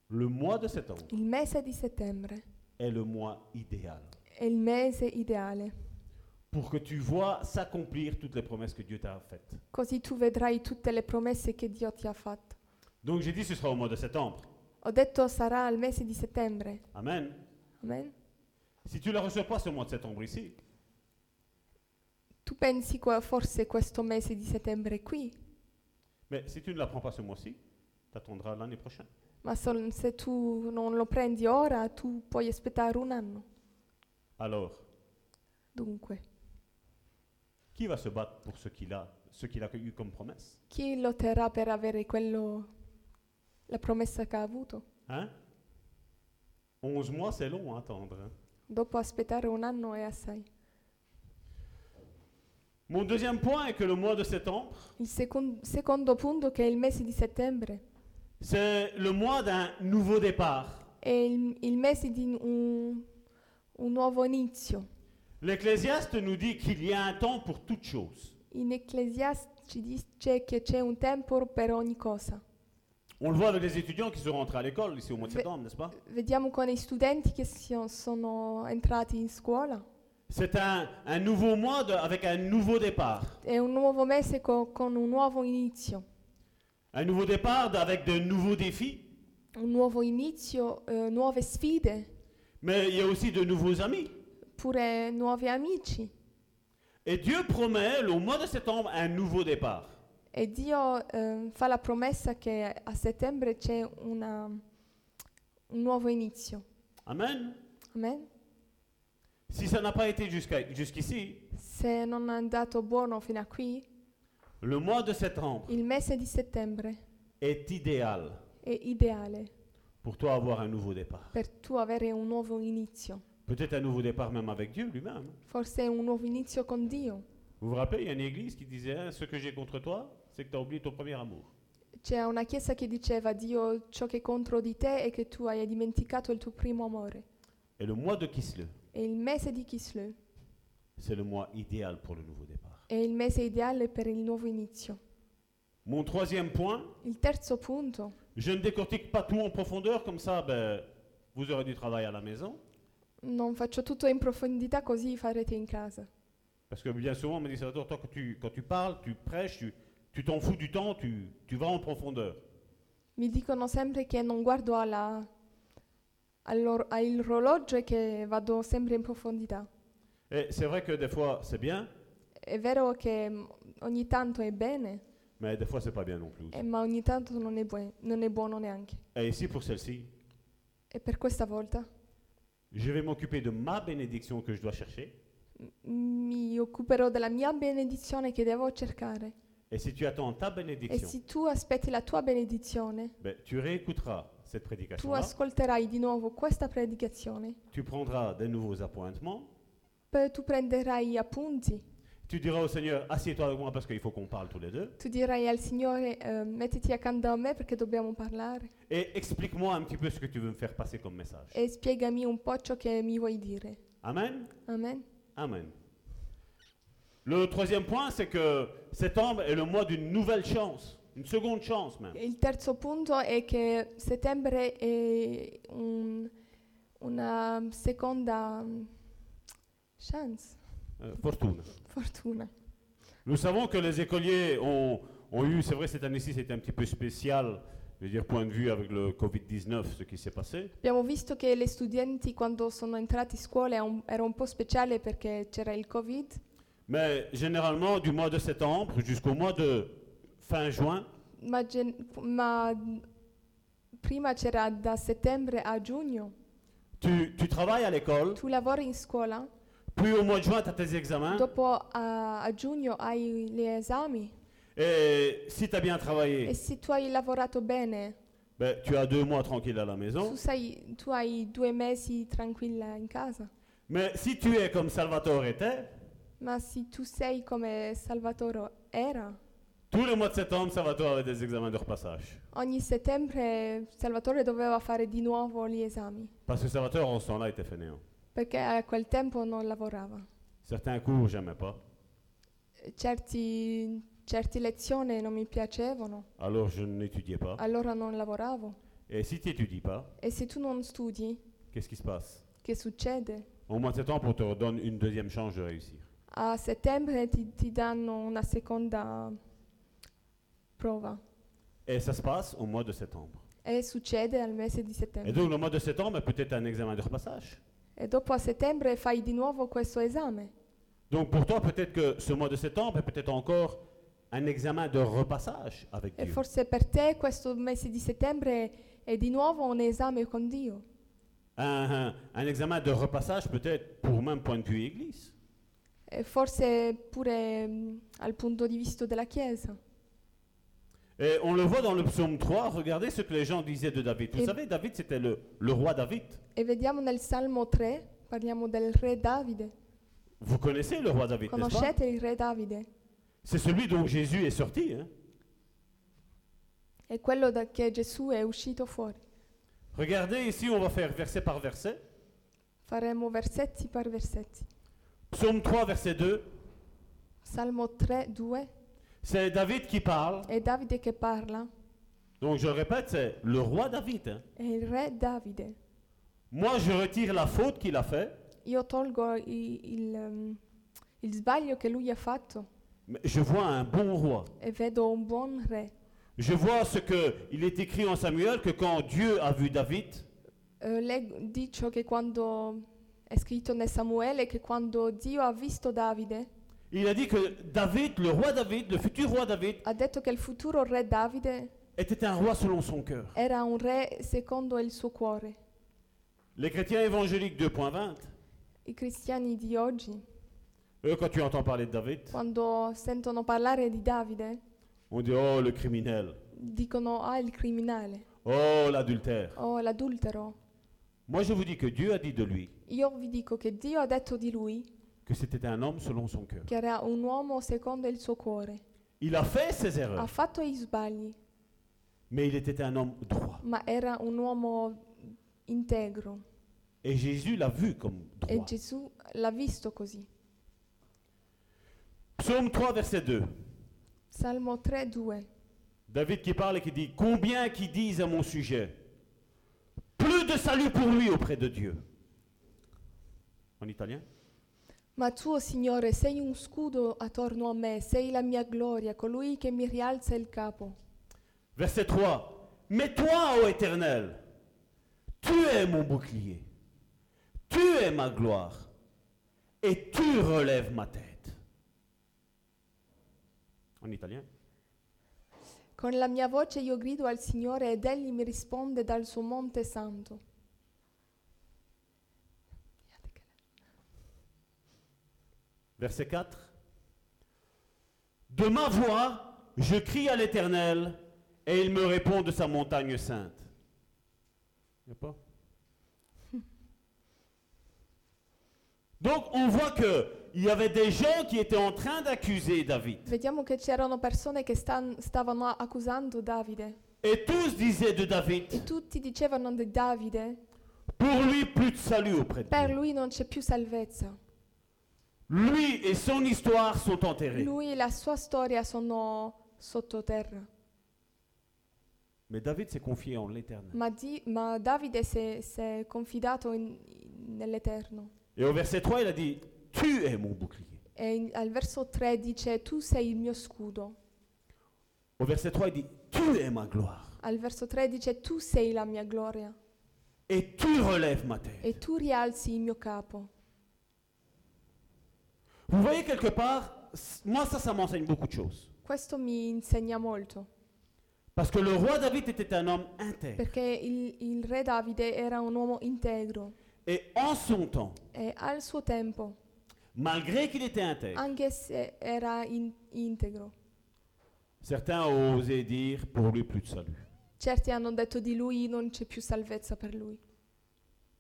Speaker 1: Le mois de septembre
Speaker 3: il mese di settembre
Speaker 1: est le mois idéal
Speaker 3: è il mese ideale,
Speaker 1: pour que tu vois s'accomplir toutes les promesses que Dieu t'a faites.
Speaker 3: così tu vedrai tutte le promesse che Dio ti ha fatto.
Speaker 1: Donc j'ai dit ce sera au mois de septembre.
Speaker 3: Ho detto sarà il mese di settembre,
Speaker 1: Amen.
Speaker 3: amen?
Speaker 1: Si tu ne la reçois pas ce mois de septembre ici,
Speaker 3: Tu pensi qua- forse questo mese di settembre qui,
Speaker 1: mais si tu ne la prends pas ce mois-ci, tu attendras l'année prochaine.
Speaker 3: ma sol- se tu non lo prendi ora tu puoi aspettare un anno.
Speaker 1: Alors,
Speaker 3: Dunque,
Speaker 1: qui va se battre pour ce qu'il a, ce qu'il a eu comme promesse
Speaker 3: chi lotterà per avere quello, la promessa che ha avuto?
Speaker 1: Hein 11 mois, c'est long à attendre. hein.
Speaker 3: Dopo aspettare un anno è assai.
Speaker 1: Mon deuxième point est que le mois de septembre,
Speaker 3: Il secon- secondo punto, che è il mese di settembre,
Speaker 1: c'est le mois d'un nouveau départ.
Speaker 3: è il, il mese di un, un nuovo inizio.
Speaker 1: L'Ecclésiaste nous dit qu'il y a un temps pour toute chose.
Speaker 3: In Ecclesiastes ci dice che c'è un tempo per ogni cosa.
Speaker 1: On le voit avec les étudiants qui sont rentrés à l'école ici au mois de
Speaker 3: Ve-
Speaker 1: septembre, n'est-ce pas
Speaker 3: Vediamo con i studenti che si- sono entrati in scuola.
Speaker 1: C'est un, un nouveau mois de- avec un nouveau départ.
Speaker 3: È un nuovo mese co- con un nuovo inizio.
Speaker 1: Un nouveau départ avec de nouveaux défis,
Speaker 3: Un nuovo inizio, eh, nuove sfide,
Speaker 1: mais il y a aussi de nouveaux amis.
Speaker 3: pure nuovi amici.
Speaker 1: Et Dieu promet au mois de septembre un nouveau départ.
Speaker 3: E Dio eh, fa la promessa che a settembre c'è una- un nuovo inizio.
Speaker 1: Amen.
Speaker 3: Amen.
Speaker 1: Si ça n'a pas été jusqu'à- jusqu'ici,
Speaker 3: Se non è andato buono fino a qui,
Speaker 1: le mois de septembre
Speaker 3: il mese di settembre
Speaker 1: est idéal
Speaker 3: è ideale
Speaker 1: pour toi avoir un nouveau départ.
Speaker 3: per tu avere un nuovo inizio.
Speaker 1: Peut-être un nouveau départ même avec Dieu lui-même.
Speaker 3: Forse un nuovo inizio con Dio.
Speaker 1: Vous vous rappelez, il y a une église qui disait hein, Ce que j'ai contre toi, c'est que tu as oublié ton premier amour.
Speaker 3: C'è una chiesa che diceva Dio ciò che è contro di te è che tu hai dimenticato il tuo primo amore.
Speaker 1: Et le mois de Kislev,
Speaker 3: E il mese di Kislev
Speaker 1: c'est le mois idéal pour le nouveau départ.
Speaker 3: è il mese ideale per il nuovo inizio.
Speaker 1: Mon troisième point,
Speaker 3: Il terzo punto,
Speaker 1: je ne décortique pas tout en profondeur, comme ça, ben, vous aurez du travail à la maison.
Speaker 3: non faccio tutto in profondità così farete in casa.
Speaker 1: Parce que bien souvent, on me dit Salvatore, toi, quand tu, quand tu parles, tu prêches, tu tu t'en fous du temps, tu, tu vas en profondeur.
Speaker 3: Mi dicono sempre che non guardo alla, all'or- al orologio e che vado sempre in profondità.
Speaker 1: Et c'est vrai que des fois, c'est bien,
Speaker 3: È vero che mm, ogni tanto è bene,
Speaker 1: mais des fois, c'est pas bien non plus.
Speaker 3: eh, ma ogni tanto non è, bue- non è buono neanche.
Speaker 1: Et ici, pour celle-ci,
Speaker 3: E per questa volta
Speaker 1: je vais m'occuper de ma bénédiction que je dois chercher.
Speaker 3: m- mi occuperò della mia benedizione che devo cercare.
Speaker 1: Et si tu attends ta
Speaker 3: E
Speaker 1: bénédiction,
Speaker 3: se tu aspetti la tua benedizione,
Speaker 1: ben, tu réécouteras cette
Speaker 3: tu
Speaker 1: prédication-là,
Speaker 3: ascolterai di nuovo questa predicazione,
Speaker 1: tu prendras des nouveaux appointements,
Speaker 3: poi tu prenderai appunti,
Speaker 1: tu diras au Seigneur, assieds-toi avec moi parce qu'il faut qu'on parle tous les deux,
Speaker 3: tu dirai al Signore eh, mettiti accanto a me perché dobbiamo parlare.
Speaker 1: et explique-moi un petit peu ce que tu veux me faire passer comme message.
Speaker 3: e spiegami un po' ciò che mi vuoi dire.
Speaker 1: Amen
Speaker 3: Amen.
Speaker 1: Amen. Le troisième point, c'est que septembre est le mois d'une nouvelle chance, une seconde chance même.
Speaker 3: Il terzo punto è che settembre è un- una seconda mm, chance,
Speaker 1: Euh, fortune.
Speaker 3: fortuna.
Speaker 1: Nous savons que les écoliers ont, ont eu, c'est vrai, cette année-ci, c'était un petit peu spécial, je veux dire, point de vue avec le Covid-19, ce qui s'est passé.
Speaker 3: Abbiamo visto che le studenti quando sono entrati a scuola è un- era un po' speciale perché c'era il Covid,
Speaker 1: Mais généralement, du mois de septembre jusqu'au mois de fin juin,
Speaker 3: ma, gen- ma prima c'era da settembre a giugno.
Speaker 1: tu, tu travailles à l'école,
Speaker 3: Tu lavori in scuola,
Speaker 1: puis au mois de juin, tu as tes examens,
Speaker 3: dopo a, a giugno hai gli esami
Speaker 1: et si tu as bien
Speaker 3: e
Speaker 1: travaillé,
Speaker 3: se tu hai lavorato bene
Speaker 1: ben, tu as deux mois tranquille à la
Speaker 3: Tu,
Speaker 1: maison.
Speaker 3: sai, tu hai due mesi tranquilla in casa,
Speaker 1: Mais si tu es comme Salvatore était,
Speaker 3: ma se tu sei come Salvatore era,
Speaker 1: tous les mois de septembre, Salvatore avait des examens de repassage.
Speaker 3: ogni settembre Salvatore doveva fare di nuovo gli esami,
Speaker 1: Parce que Salvatore, en ce temps-là, était fainéant.
Speaker 3: perché a quel tempo non lavorava.
Speaker 1: Certains cours, j'aimais pas.
Speaker 3: Certi, certi lezioni non mi piacevano,
Speaker 1: Alors je n'étudiais pas.
Speaker 3: allora non lavoravo.
Speaker 1: Et si tu n'étudies pas,
Speaker 3: E se tu non studi,
Speaker 1: qu'est-ce qui se passe
Speaker 3: che succede?
Speaker 1: Au mois de septembre, on te redonne une deuxième chance de réussir.
Speaker 3: A settembre ti, ti danno una seconda prova
Speaker 1: Et ça se passe au mois de septembre.
Speaker 3: e succede al mese di
Speaker 1: Et
Speaker 3: settembre.
Speaker 1: donc le mois de septembre est peut-être un examen de repassage.
Speaker 3: E dopo a settembre fai di nuovo questo esame.
Speaker 1: Donc pour toi, peut-être que ce mois de septembre est peut-être encore un examen de repassage avec
Speaker 3: E
Speaker 1: Dieu.
Speaker 3: forse per te questo mese di settembre è di nuovo un esame con Dio.
Speaker 1: Un, un- un examen de repassage peut-être pour même point de vue église.
Speaker 3: E forse pure mm, al punto di vista della Chiesa.
Speaker 1: Et on le voit dans le psaume 3, regardez ce que les gens disaient de David. Vous
Speaker 3: Et-
Speaker 1: savez, David, c'était le, le roi David.
Speaker 3: E vediamo nel Salmo 3, parliamo del re Davide.
Speaker 1: Vous connaissez le roi David, n'est-ce pas
Speaker 3: Conoscete il re Davide?
Speaker 1: C'est celui dont Jésus est sorti. hein.
Speaker 3: È quello da che Gesù è uscito fuori.
Speaker 1: Regardez ici, on va faire verset par verset.
Speaker 3: Faremo versetti per versetti.
Speaker 1: Psaume 3, verset 2,
Speaker 3: Salmo 3, 2.
Speaker 1: c'est David qui parle
Speaker 3: È Davide che parla
Speaker 1: Donc je répète, c'est le roi David. hein.
Speaker 3: È il re Davide.
Speaker 1: Moi, je retire la faute qu'il a faite,
Speaker 3: Io tolgo i- il, ehm, il sbaglio che lui ha fatto
Speaker 1: mais je vois un bon roi.
Speaker 3: e vedo un buon re.
Speaker 1: Je vois ce que il est écrit en Samuel que quand Dieu a vu David,
Speaker 3: Eh, leggo- dice che quando è scritto nel Samuele che quando Dio ha visto Davide,
Speaker 1: il a dit que David, le roi David, le futur roi David,
Speaker 3: ha detto che il futuro re Davide
Speaker 1: était un roi selon son cœur.
Speaker 3: era un re secondo il suo cuore.
Speaker 1: Les chrétiens évangéliques 2.20,
Speaker 3: I cristiani di oggi,
Speaker 1: eux, quand tu entends parler de David,
Speaker 3: quando sentono parlare di Davide,
Speaker 1: on dit oh le criminel,
Speaker 3: dicono ah il criminale
Speaker 1: oh l'adultère.
Speaker 3: o l'adultero.
Speaker 1: Moi, je vous dis que Dieu a dit de lui
Speaker 3: Io vi dico che Dio ha detto di lui
Speaker 1: que c'était un homme selon son cœur.
Speaker 3: che era un uomo secondo il suo cuore.
Speaker 1: Il a fait ses
Speaker 3: Ha
Speaker 1: erreurs,
Speaker 3: fatto gli sbagli,
Speaker 1: mais il était un homme droit.
Speaker 3: ma era un uomo integro
Speaker 1: Et Jésus l'a vu comme
Speaker 3: e
Speaker 1: droit.
Speaker 3: Gesù l'ha visto così.
Speaker 1: Psaume 3, verset 2.
Speaker 3: Salmo 3, 2.
Speaker 1: David qui parle et qui dit Combien qui disent à mon sujet Plus de salut pour lui auprès de Dieu. En italien
Speaker 3: Ma tu, o Signore, sei un scudo attorno a me, sei la mia gloria, colui che mi rialza il capo.
Speaker 1: Verset 3. Mais toi, ô Éternel, tu es mon bouclier, tu es ma gloire, et tu relèves ma tête. En italien
Speaker 3: Con la mia voce io grido al Signore ed egli mi risponde dal suo monte santo.
Speaker 1: Verset 4. De ma voix, je crie à l'Éternel, et il me répond de sa montagne sainte. Y a pas Donc on voit que il y avait des gens qui étaient en train d'accuser David.
Speaker 3: Vediamo che c'erano persone che stan- stavano accusando Davide
Speaker 1: Et tous disaient de
Speaker 3: e
Speaker 1: David,
Speaker 3: tutti dicevano di Davide,
Speaker 1: pour lui plus de salut auprès de
Speaker 3: per
Speaker 1: Dieu.
Speaker 3: lui non c'è più salvezza.
Speaker 1: Lui et son histoire sont enterrés.
Speaker 3: Lui e la sua storia sono sottoterra.
Speaker 1: Mais David s'est confié en l'Éternel.
Speaker 3: Ma, Di- ma Davide si è, si è confidato in- nell'Eterno.
Speaker 1: Et au verset 3, il a dit, tu es mon bouclier.
Speaker 3: E in- al verso 3 dice, tu sei il mio scudo.
Speaker 1: Au verset 3, il dit Tu es ma gloire
Speaker 3: Al verso 3 dice, tu sei la mia gloria
Speaker 1: et tu relèves ma tête.
Speaker 3: e tu rialzi il mio capo.
Speaker 1: Vous voyez quelque part, c- moi ça, ça m'enseigne beaucoup de choses.
Speaker 3: Questo mi insegna molto,
Speaker 1: Parce que le roi David était un homme intègre.
Speaker 3: perché il, il re Davide era un uomo integro
Speaker 1: Et en son temps,
Speaker 3: e al suo tempo,
Speaker 1: malgré qu'il était intègre,
Speaker 3: anche se era in- integro,
Speaker 1: certains ont osé dire pour lui plus de salut.
Speaker 3: certi hanno detto di lui non c'è più salvezza per lui.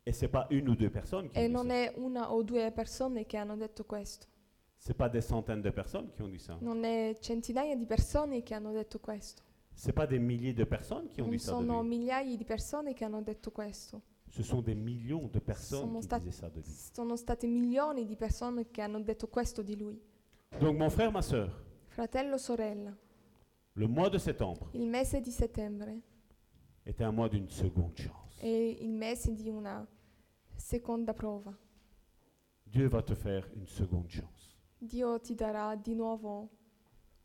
Speaker 1: Et c'est pas une ou deux personnes qui
Speaker 3: E
Speaker 1: ont
Speaker 3: non
Speaker 1: dit ça.
Speaker 3: è una o due persone che hanno detto questo,
Speaker 1: C'est pas des centaines de personnes qui ont dit ça.
Speaker 3: non è centinaia di persone che hanno detto questo,
Speaker 1: C'est pas des milliers de personnes qui ont
Speaker 3: non
Speaker 1: dit ça de
Speaker 3: sono
Speaker 1: lui.
Speaker 3: migliaia di persone che hanno detto questo,
Speaker 1: Ce sont des millions de
Speaker 3: Son
Speaker 1: personnes qui
Speaker 3: stat-
Speaker 1: disaient ça de lui.
Speaker 3: sono state milioni di persone che hanno detto questo di lui.
Speaker 1: Donc mon frère, ma soeur,
Speaker 3: Fratello, sorella,
Speaker 1: le mois de septembre
Speaker 3: il mese di settembre
Speaker 1: était un mois d'une seconde chance.
Speaker 3: è il mese di una seconda prova.
Speaker 1: Dieu va te faire une seconde chance.
Speaker 3: Dio ti darà di nuovo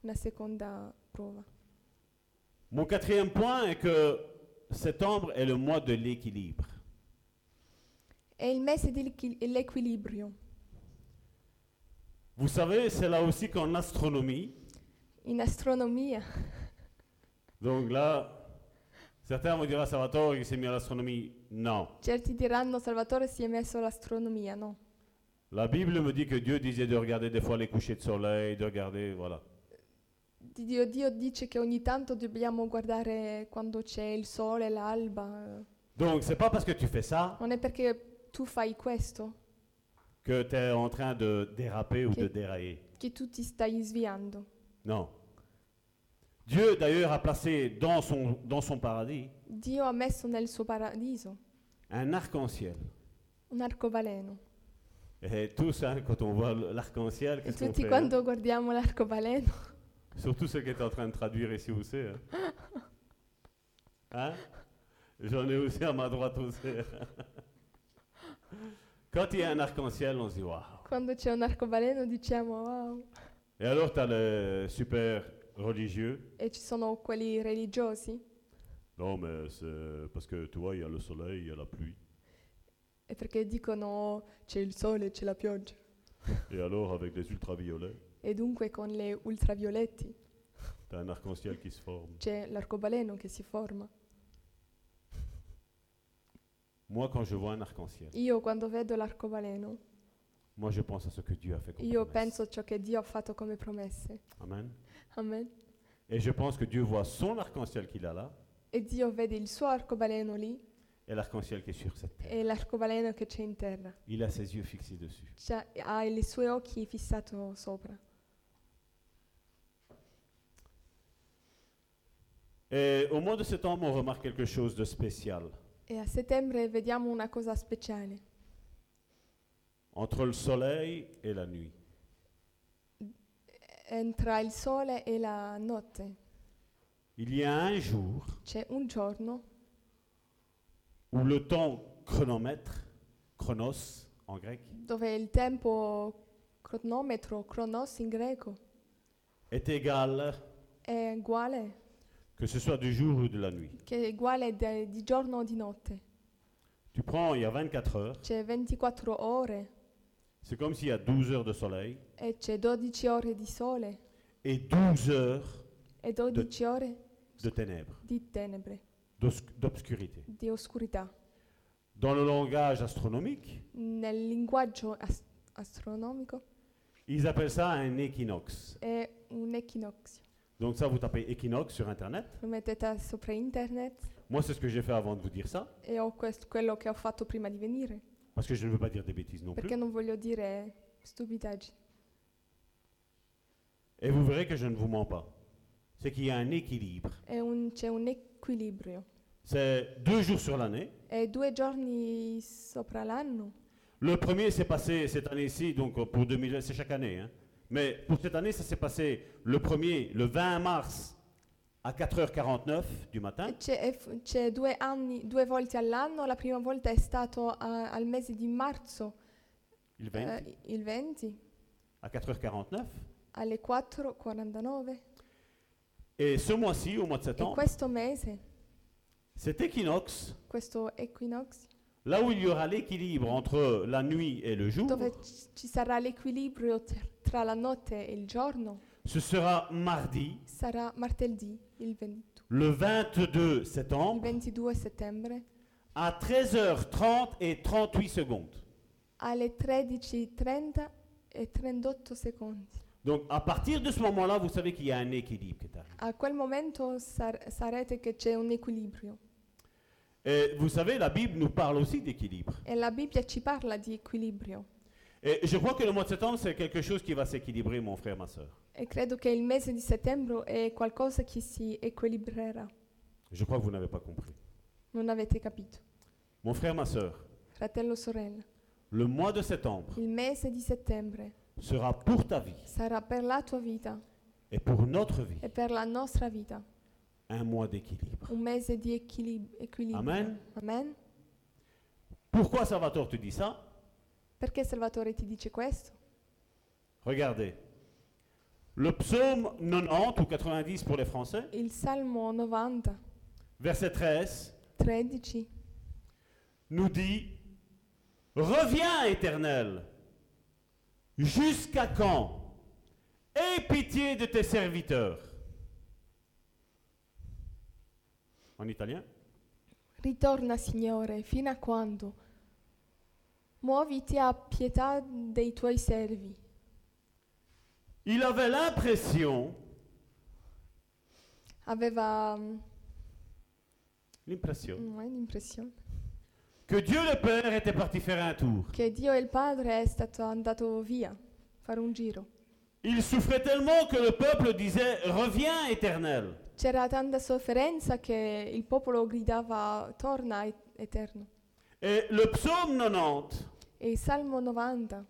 Speaker 3: una seconda prova.
Speaker 1: Mon quatrième point est que septembre est le mois de l'équilibre.
Speaker 3: È il mese dell'equilibrio.
Speaker 1: Vous savez, c'est là aussi qu'en astronomie,
Speaker 3: In astronomia,
Speaker 1: donc là, certains vont dire à Salvatore qui s'est mis à l'astronomie. Non.
Speaker 3: certi diranno Salvatore si è messo all'astronomia, no?
Speaker 1: La Bible me dit que Dieu disait de regarder des fois les couchers de soleil, de regarder, voilà.
Speaker 3: Di- Dio, Dio dice che ogni tanto dobbiamo guardare quando c'è il sole, l'alba. eh.
Speaker 1: Donc, c'est pas parce que tu fais ça
Speaker 3: Non è perché tu fai questo
Speaker 1: que tu es en train de déraper ou
Speaker 3: Ok.
Speaker 1: de dérailler.
Speaker 3: che tu ti stai sviando.
Speaker 1: Non. Dieu, d'ailleurs, a placé dans son, dans son paradis
Speaker 3: Dio ha messo nel suo paradiso
Speaker 1: un arc-en-ciel.
Speaker 3: un arcobaleno.
Speaker 1: Et tous, hein, quand on voit l'arc-en-ciel,
Speaker 3: E
Speaker 1: qu'est-ce qu'on
Speaker 3: tutti
Speaker 1: fait hein?
Speaker 3: quando guardiamo l'arcobaleno
Speaker 1: Surtout ceux qui étaient en train de traduire ici où c'est. hein. Hein? J'en ai aussi à ma droite aussi. Quand il y a un arc-en-ciel, on se dit waouh.
Speaker 3: Quando c'è un arcobaleno diciamo wow.
Speaker 1: Et alors, tu as le super religieux.
Speaker 3: E ci sono quelli religiosi.
Speaker 1: Non, mais c'est parce que tu vois, il y a le soleil, il y a la pluie.
Speaker 3: E perché dicono c'è il sole, c'è la pioggia.
Speaker 1: Et alors, avec les ultraviolets,
Speaker 3: E dunque con le ultravioletti
Speaker 1: tu as un arc-en-ciel qui se forme.
Speaker 3: c'è l'arcobaleno che si forma.
Speaker 1: Moi, quand je vois un arc-en-ciel,
Speaker 3: Io quando vedo l'arcobaleno,
Speaker 1: moi, je pense à ce que Dieu a fait comme
Speaker 3: io
Speaker 1: promesse.
Speaker 3: penso a ciò che Dio ha fatto come promesse.
Speaker 1: Amen.
Speaker 3: Amen.
Speaker 1: Et je pense que Dieu voit son arc-en-ciel qu'il a là
Speaker 3: E Dio vede il suo arcobaleno lì
Speaker 1: et l'arc-en-ciel qui est sur cette terre.
Speaker 3: e l'arcobaleno che c'è in terra.
Speaker 1: Il a ses yeux fixés dessus.
Speaker 3: C'ha- ha i suoi occhi fissati sopra.
Speaker 1: Et au mois de septembre, on remarque quelque chose de spécial.
Speaker 3: E a settembre vediamo una cosa speciale.
Speaker 1: Entre le soleil et la nuit,
Speaker 3: Eh, Tra il sole e la notte
Speaker 1: il y a un jour
Speaker 3: c'è un giorno
Speaker 1: où le temps chronomètre, chronos en grec,
Speaker 3: dove il tempo cronometro, cronos in greco,
Speaker 1: est égal,
Speaker 3: è uguale,
Speaker 1: que ce soit du jour ou de la nuit.
Speaker 3: che è uguale de- di giorno o di notte.
Speaker 1: Tu prends, il y a 24 heures,
Speaker 3: C'è 24 ore
Speaker 1: c'est comme s'il y a 12 heures de soleil
Speaker 3: e c'è 12 ore di sole
Speaker 1: et 12 heures
Speaker 3: e 12 ore
Speaker 1: de ténèbres,
Speaker 3: di tenebre,
Speaker 1: d'obs- d'obscurité.
Speaker 3: di oscurità.
Speaker 1: Dans le langage astronomique,
Speaker 3: Nel linguaggio as- astronomico
Speaker 1: Ils appellent ça un équinoxe.
Speaker 3: è un equinozio.
Speaker 1: Donc ça, vous tapez équinoxe sur Internet.
Speaker 3: Lo mettete sopra internet
Speaker 1: Moi, c'est ce que j'ai fait avant de vous dire ça,
Speaker 3: e ho quest- quello che ho fatto prima di venire,
Speaker 1: parce que je ne veux pas dire des bêtises non plus.
Speaker 3: perché non voglio dire stupidaggini.
Speaker 1: Et vous verrez que je ne vous mens pas. C'est qu'il y a un équilibre.
Speaker 3: È un- c'è un equilibrio.
Speaker 1: C'est deux jours sur l'année.
Speaker 3: E due giorni sopra l'anno.
Speaker 1: Le premier s'est passé cette année-ci, donc euh, pour 2000, c'est chaque année. hein. Mais pour cette année, ça s'est passé le premier, le 20 mars, à 4h49 du matin.
Speaker 3: E C'è, è f- c'è due, anni, due volte all'anno. La prima volta è stato a- al mese di marzo,
Speaker 1: Il
Speaker 3: eh,
Speaker 1: 20,
Speaker 3: il 20,
Speaker 1: à 4h49.
Speaker 3: alle 4.49.
Speaker 1: Et ce mois-ci, au mois de
Speaker 3: E
Speaker 1: septembre,
Speaker 3: questo mese,
Speaker 1: cet équinoxe
Speaker 3: questo equinox,
Speaker 1: Là où il y aura l'équilibre entre la nuit et le jour,
Speaker 3: dove ci- ci sarà l'equilibrio tr- tra la notte e il giorno,
Speaker 1: ce sera mardi,
Speaker 3: sarà martedì, il 22
Speaker 1: le 22
Speaker 3: il
Speaker 1: septembre,
Speaker 3: 22 settembre.
Speaker 1: à 13h30 et 38 secondes.
Speaker 3: alle 13.30 e 38 secondi.
Speaker 1: Donc à partir de ce moment-là, vous savez qu'il y a un équilibre qui est arrivé.
Speaker 3: A quel momento sar- sarete che c'è un equilibrio
Speaker 1: Et vous savez, la Bible nous parle aussi d'équilibre.
Speaker 3: e la Bibbia ci parla di equilibrio
Speaker 1: Et je crois que le mois de septembre, c'est quelque chose qui va s'équilibrer, mon frère, ma soeur.
Speaker 3: e credo che il mese di settembre è qualcosa che si equilibrerà.
Speaker 1: Je crois que vous n'avez pas compris.
Speaker 3: Non avete capito.
Speaker 1: Mon frère, ma soeur,
Speaker 3: Fratello sorella,
Speaker 1: le mois de septembre
Speaker 3: il mese di settembre
Speaker 1: sera pour ta vie
Speaker 3: sarà per la tua vita
Speaker 1: et pour notre vie
Speaker 3: e per la nostra vita
Speaker 1: un mois d'équilibre.
Speaker 3: un mese di equili- equilibrio.
Speaker 1: Amen.
Speaker 3: Amen.
Speaker 1: Pourquoi Salvatore te dit ça
Speaker 3: Perché Salvatore ti dice questo?
Speaker 1: Regardez. Le psaume 90 ou 90 pour les Français,
Speaker 3: Il Salmo 90,
Speaker 1: verset 13,
Speaker 3: 13
Speaker 1: nous dit Reviens, éternel, jusqu'à quand Aie pitié de tes serviteurs. En italien
Speaker 3: Ritorna, Signore, fino a quando? Muoviti a pietà dei tuoi servi.
Speaker 1: Il avait l'impression,
Speaker 3: Aveva mm,
Speaker 1: l'impression,
Speaker 3: mm, l'impressione
Speaker 1: que Dieu le Père était parti faire un tour.
Speaker 3: che Dio e il Padre è stato andato via a fare un giro.
Speaker 1: Il souffrait tellement que le peuple disait Reviens, éternel.
Speaker 3: C'era tanta sofferenza che il popolo gridava torna et- eterno.
Speaker 1: Et le psaume 90,
Speaker 3: E il Salmo 90,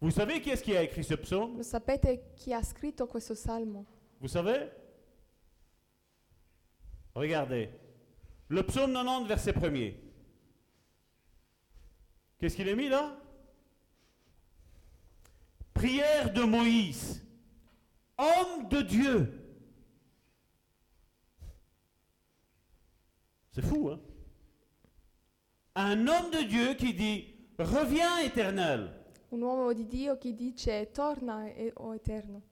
Speaker 1: Vous savez qui est-ce qui a écrit ce psaume
Speaker 3: lo sapete chi ha scritto questo salmo?
Speaker 1: Vous savez Regardez. Le psaume 90, verset 1er. Qu'est-ce qu'il est mis là Prière de Moïse, homme de Dieu. C'est fou, hein Un homme de Dieu qui dit, reviens éternel.
Speaker 3: Un uomo di Dio che dice torna, e- o eterno.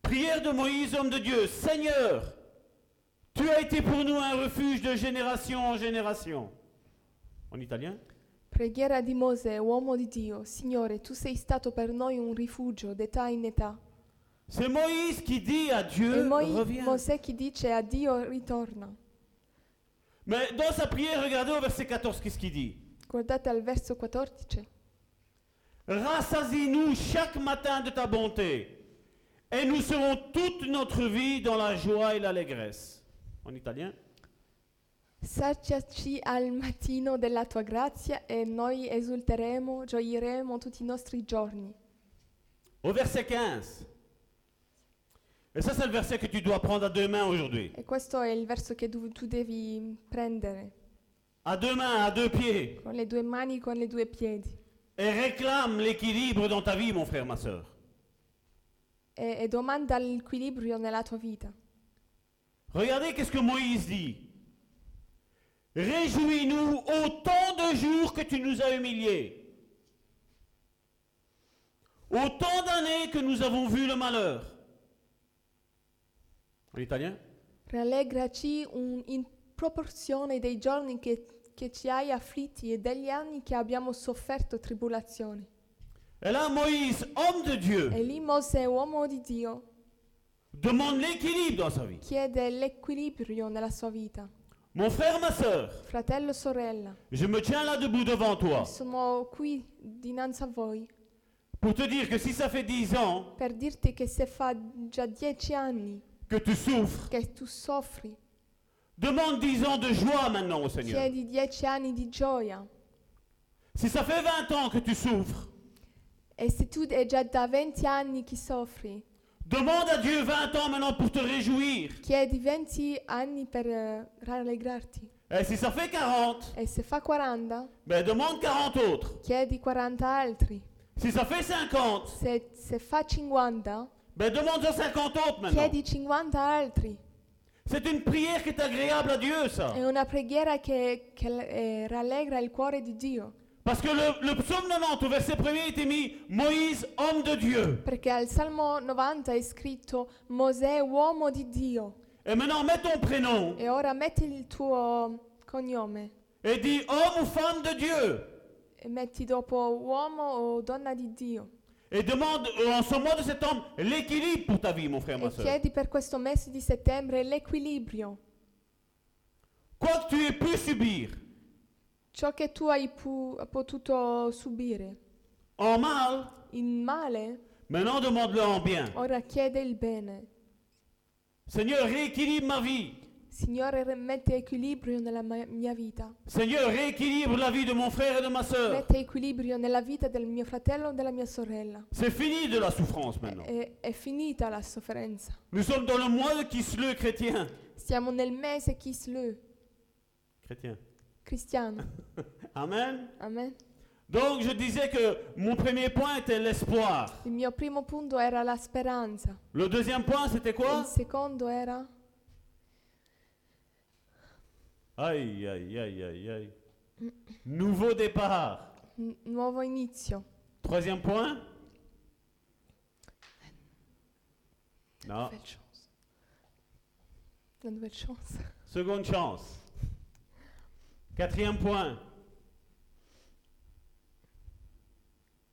Speaker 1: Prière de Moïse, homme de Dieu, Seigneur, tu as été pour nous un refuge de génération en génération. En italien
Speaker 3: Preghiera di Mosè, uomo di Dio, Signore, tu sei stato per noi un rifugio d'età in età.
Speaker 1: C'est Moïse qui dit à
Speaker 3: E
Speaker 1: Dieu,
Speaker 3: Moi-
Speaker 1: reviens.
Speaker 3: Mosè chi dice a Dio ritorna.
Speaker 1: Mais dans sa prière, regardez au verset 14, qu'est-ce qu'il dit
Speaker 3: Guardate al verso 14.
Speaker 1: Rassasie-nous chaque matin de ta bonté, et nous serons toute notre vie dans la joie et l'allégresse. En italien
Speaker 3: Sarciaci al mattino della tua grazia e noi esulteremo, gioiremo tutti i nostri giorni.
Speaker 1: Au verset 15. Et ça, c'est le verset que tu dois prendre à deux mains aujourd'hui.
Speaker 3: E questo è il verso che tu, tu devi prendere
Speaker 1: À deux mains, à deux pieds.
Speaker 3: con le due mani, con le due piedi.
Speaker 1: Et réclame l'équilibre dans ta vie, mon frère, ma soeur.
Speaker 3: E, e domanda l'equilibrio nella tua vita.
Speaker 1: Regardez qu'est-ce que Moïse dit. Réjouis-nous autant de jours que tu nous as humiliés. Autant d'années que nous avons vu le malheur. En italien
Speaker 3: Rallegraci un- in proporzione dei giorni che, che ci hai afflitti e degli anni che abbiamo sofferto tribolazioni.
Speaker 1: Et là, Moïse, homme de Dieu,
Speaker 3: E lì Mosè, uomo di Dio,
Speaker 1: demande l'équilibre dans sa vie.
Speaker 3: chiede l'equilibrio nella sua vita.
Speaker 1: Mon frère, ma soeur,
Speaker 3: Fratello, sorella,
Speaker 1: je me tiens là debout devant toi
Speaker 3: sono qui dinanzi a voi
Speaker 1: pour te dire que si ça fait dix ans
Speaker 3: per dirti che se fa già dieci anni
Speaker 1: que tu souffres,
Speaker 3: che tu soffri,
Speaker 1: demande dix ans de joie maintenant au Seigneur.
Speaker 3: chiedi dieci anni di gioia.
Speaker 1: Si ça fait 20 ans que tu souffres,
Speaker 3: E se tu è già da venti anni che soffri,
Speaker 1: Demande à Dieu 20 ans maintenant pour te réjouir.
Speaker 3: chiedi venti anni per eh, rallegrarti.
Speaker 1: Et si ça fait 40,
Speaker 3: E se fa 40,
Speaker 1: ben demande 40 autres.
Speaker 3: chiedi 40 altri.
Speaker 1: Si ça fait 50,
Speaker 3: Se, se fa 50,
Speaker 1: ben demande 50 autres maintenant.
Speaker 3: chiedi 50 altri.
Speaker 1: C'est une prière qui est agréable à Dieu, ça.
Speaker 3: È una preghiera che, che l- eh, rallegra il cuore di Dio.
Speaker 1: Parce que le, le psaume 90 au verset 1er était mis Moïse, homme de Dieu.
Speaker 3: Perché al Salmo 90 è scritto Mosè, uomo di Dio.
Speaker 1: Et maintenant, mets ton prénom
Speaker 3: E ora metti il tuo cognome
Speaker 1: et dis homme ou femme de Dieu.
Speaker 3: e metti dopo uomo o donna di Dio.
Speaker 1: Et demande euh, en ce mois de septembre l'équilibre pour ta vie, mon frère,
Speaker 3: E
Speaker 1: ma soeur.
Speaker 3: chiedi per questo mese di settembre l'equilibrio.
Speaker 1: Quoi que tu aies pu subir
Speaker 3: Ciò che tu hai pu- potuto subire
Speaker 1: en mal,
Speaker 3: in male,
Speaker 1: maintenant demande-le en bien.
Speaker 3: ora chiede il bene.
Speaker 1: Seigneur, rééquilibre ma vie.
Speaker 3: Signore, re- metti equilibrio nella ma- mia vita.
Speaker 1: Seigneur, rééquilibre la vie de mon frère et de ma sœur.
Speaker 3: Metti equilibrio nella vita del mio fratello e della mia sorella.
Speaker 1: C'est fini de la souffrance maintenant.
Speaker 3: È, è finita la sofferenza.
Speaker 1: Nous sommes dans le mois de Kisle chrétien.
Speaker 3: Siamo nel mese Kislu,
Speaker 1: Chrétien.
Speaker 3: cristiano.
Speaker 1: Amen.
Speaker 3: Amen.
Speaker 1: Donc je disais que mon premier point était l'espoir.
Speaker 3: Il mio primo punto era la speranza.
Speaker 1: Le deuxième point, c'était
Speaker 3: Il
Speaker 1: quoi
Speaker 3: secondo era...
Speaker 1: Aïe, aïe, aïe, aïe, aïe. Nouveau départ.
Speaker 3: un nuovo inizio.
Speaker 1: Troisième point Non.
Speaker 3: Nouvelle chance. La nouvelle chance.
Speaker 1: Seconde chance. Quatrième point.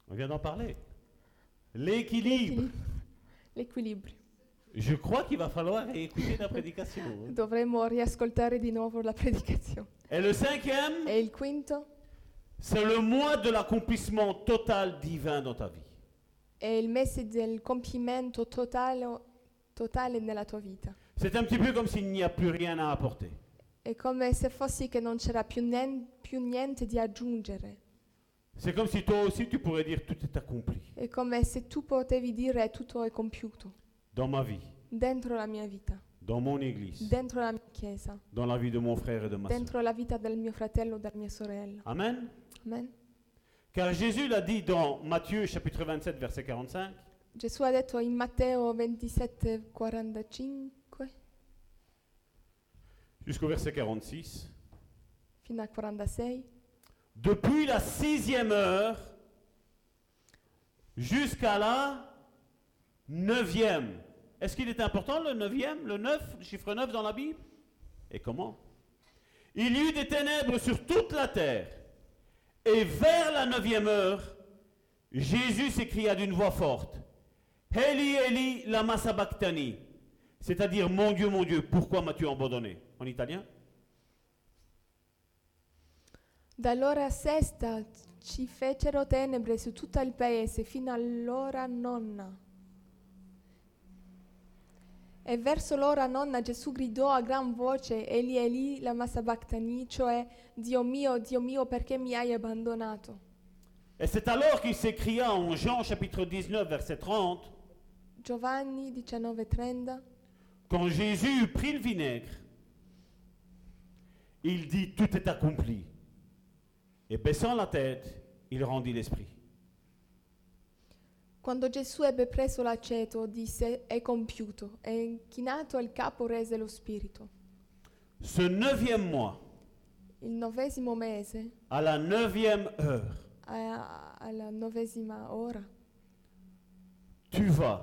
Speaker 1: On vient d'en parler. L'équilibre.
Speaker 3: L'equilibrio.
Speaker 1: Je crois qu'il va falloir écouter la prédication. hein.
Speaker 3: Dovremmo riascoltare di nuovo la predicazione.
Speaker 1: Et le cinquième,
Speaker 3: E il quinto
Speaker 1: c'est le mois de l'accomplissement total divin dans ta vie.
Speaker 3: è il mese del compimento totale, totale nella tua vita.
Speaker 1: C'est un petit peu comme s'il n'y a plus rien à apporter.
Speaker 3: È come se fossi che non c'era più, nen- più niente di aggiungere.
Speaker 1: C'est comme si toi aussi tu pourrais dire tout est accompli
Speaker 3: È come se tu potevi dire tutto è compiuto
Speaker 1: dans ma vie.
Speaker 3: dentro la mia vita.
Speaker 1: dans mon église,
Speaker 3: dentro la mia chiesa,
Speaker 1: dans la vie de mon frère et de ma soeur.
Speaker 3: dentro la vita del mio fratello o della mia sorella.
Speaker 1: Amen.
Speaker 3: Amen.
Speaker 1: Car Jésus l'a dit dans Matthieu chapitre 27 verset 45,
Speaker 3: Gesù ha detto in Matteo 27, 45
Speaker 1: jusqu'au verset 46,
Speaker 3: fino al 46,
Speaker 1: depuis la sixième heure jusqu'à la neuvième. Est-ce qu'il est important le neuvième, le neuf, le chiffre neuf dans la Bible Et comment Il y eut des ténèbres sur toute la terre. Et vers la neuvième heure, Jésus s'écria d'une voix forte, Eli Eli lama sabachthani, c'est-à-dire mon Dieu, mon Dieu, pourquoi m'as-tu abandonné En italien
Speaker 3: Dall'ora sesta ci fecero tenebre su tutto il paese fino all'ora nonna. E verso l'ora nonna Gesù gridò a gran voce Eli Eli lama sabachthani, cioè Dio mio, Dio mio, perché mi hai abbandonato?
Speaker 1: Et c'est alors qu'il s'écria en Jean chapitre 19 verset 30,
Speaker 3: Giovanni 19:30
Speaker 1: quand Jésus eut pris le vinaigre, il dit tout est accompli. Et baissant la tête, il rendit l'esprit.
Speaker 3: Quando Gesù ebbe preso l'aceto disse è compiuto e inchinato il capo rese lo spirito.
Speaker 1: Ce neuvième mois,
Speaker 3: Il novesimo mese,
Speaker 1: à la neuvième heure,
Speaker 3: a- alla novesima ora,
Speaker 1: tu vas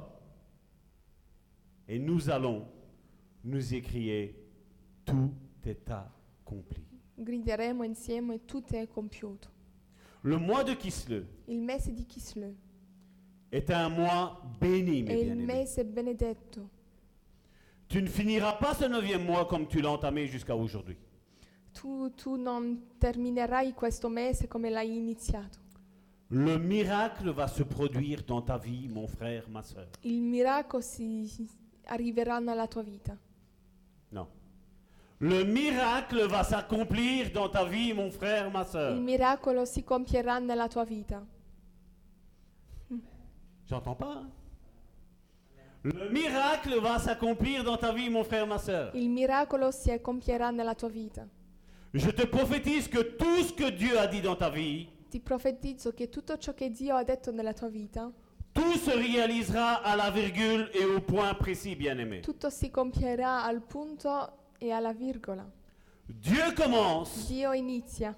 Speaker 1: et nous allons nous écrier tout est accompli.
Speaker 3: grideremo insieme tutto è compiuto.
Speaker 1: Le mois de Kislev
Speaker 3: Il mese di Kislev
Speaker 1: est un mois béni,
Speaker 3: è
Speaker 1: mes
Speaker 3: il
Speaker 1: bien-aimés.
Speaker 3: mese benedetto.
Speaker 1: Tu ne finiras pas ce neuvième mois comme tu l'as entamé jusqu'à aujourd'hui.
Speaker 3: Tu, tu non terminerai questo mese come l'hai iniziato.
Speaker 1: Le miracle va se produire dans ta vie, mon frère, ma soeur.
Speaker 3: Il miracolo si arriverà nella tua vita.
Speaker 1: Non. Le miracle va s'accomplir dans ta vie, mon frère, ma
Speaker 3: Il
Speaker 1: soeur.
Speaker 3: miracolo si compierà nella tua vita.
Speaker 1: J'entends pas. hein? Le miracle va s'accomplir dans ta vie, mon frère, ma soeur.
Speaker 3: Il miracolo si compierà nella tua vita.
Speaker 1: Je te prophétise que tout ce que Dieu a dit dans ta vie,
Speaker 3: Ti profetizzo che tutto ciò che Dio ha detto nella tua vita,
Speaker 1: tout se réalisera à la virgule et au point précis, bien-aimé.
Speaker 3: tutto si compierà al punto e alla virgola.
Speaker 1: Dieu commence
Speaker 3: Dio inizia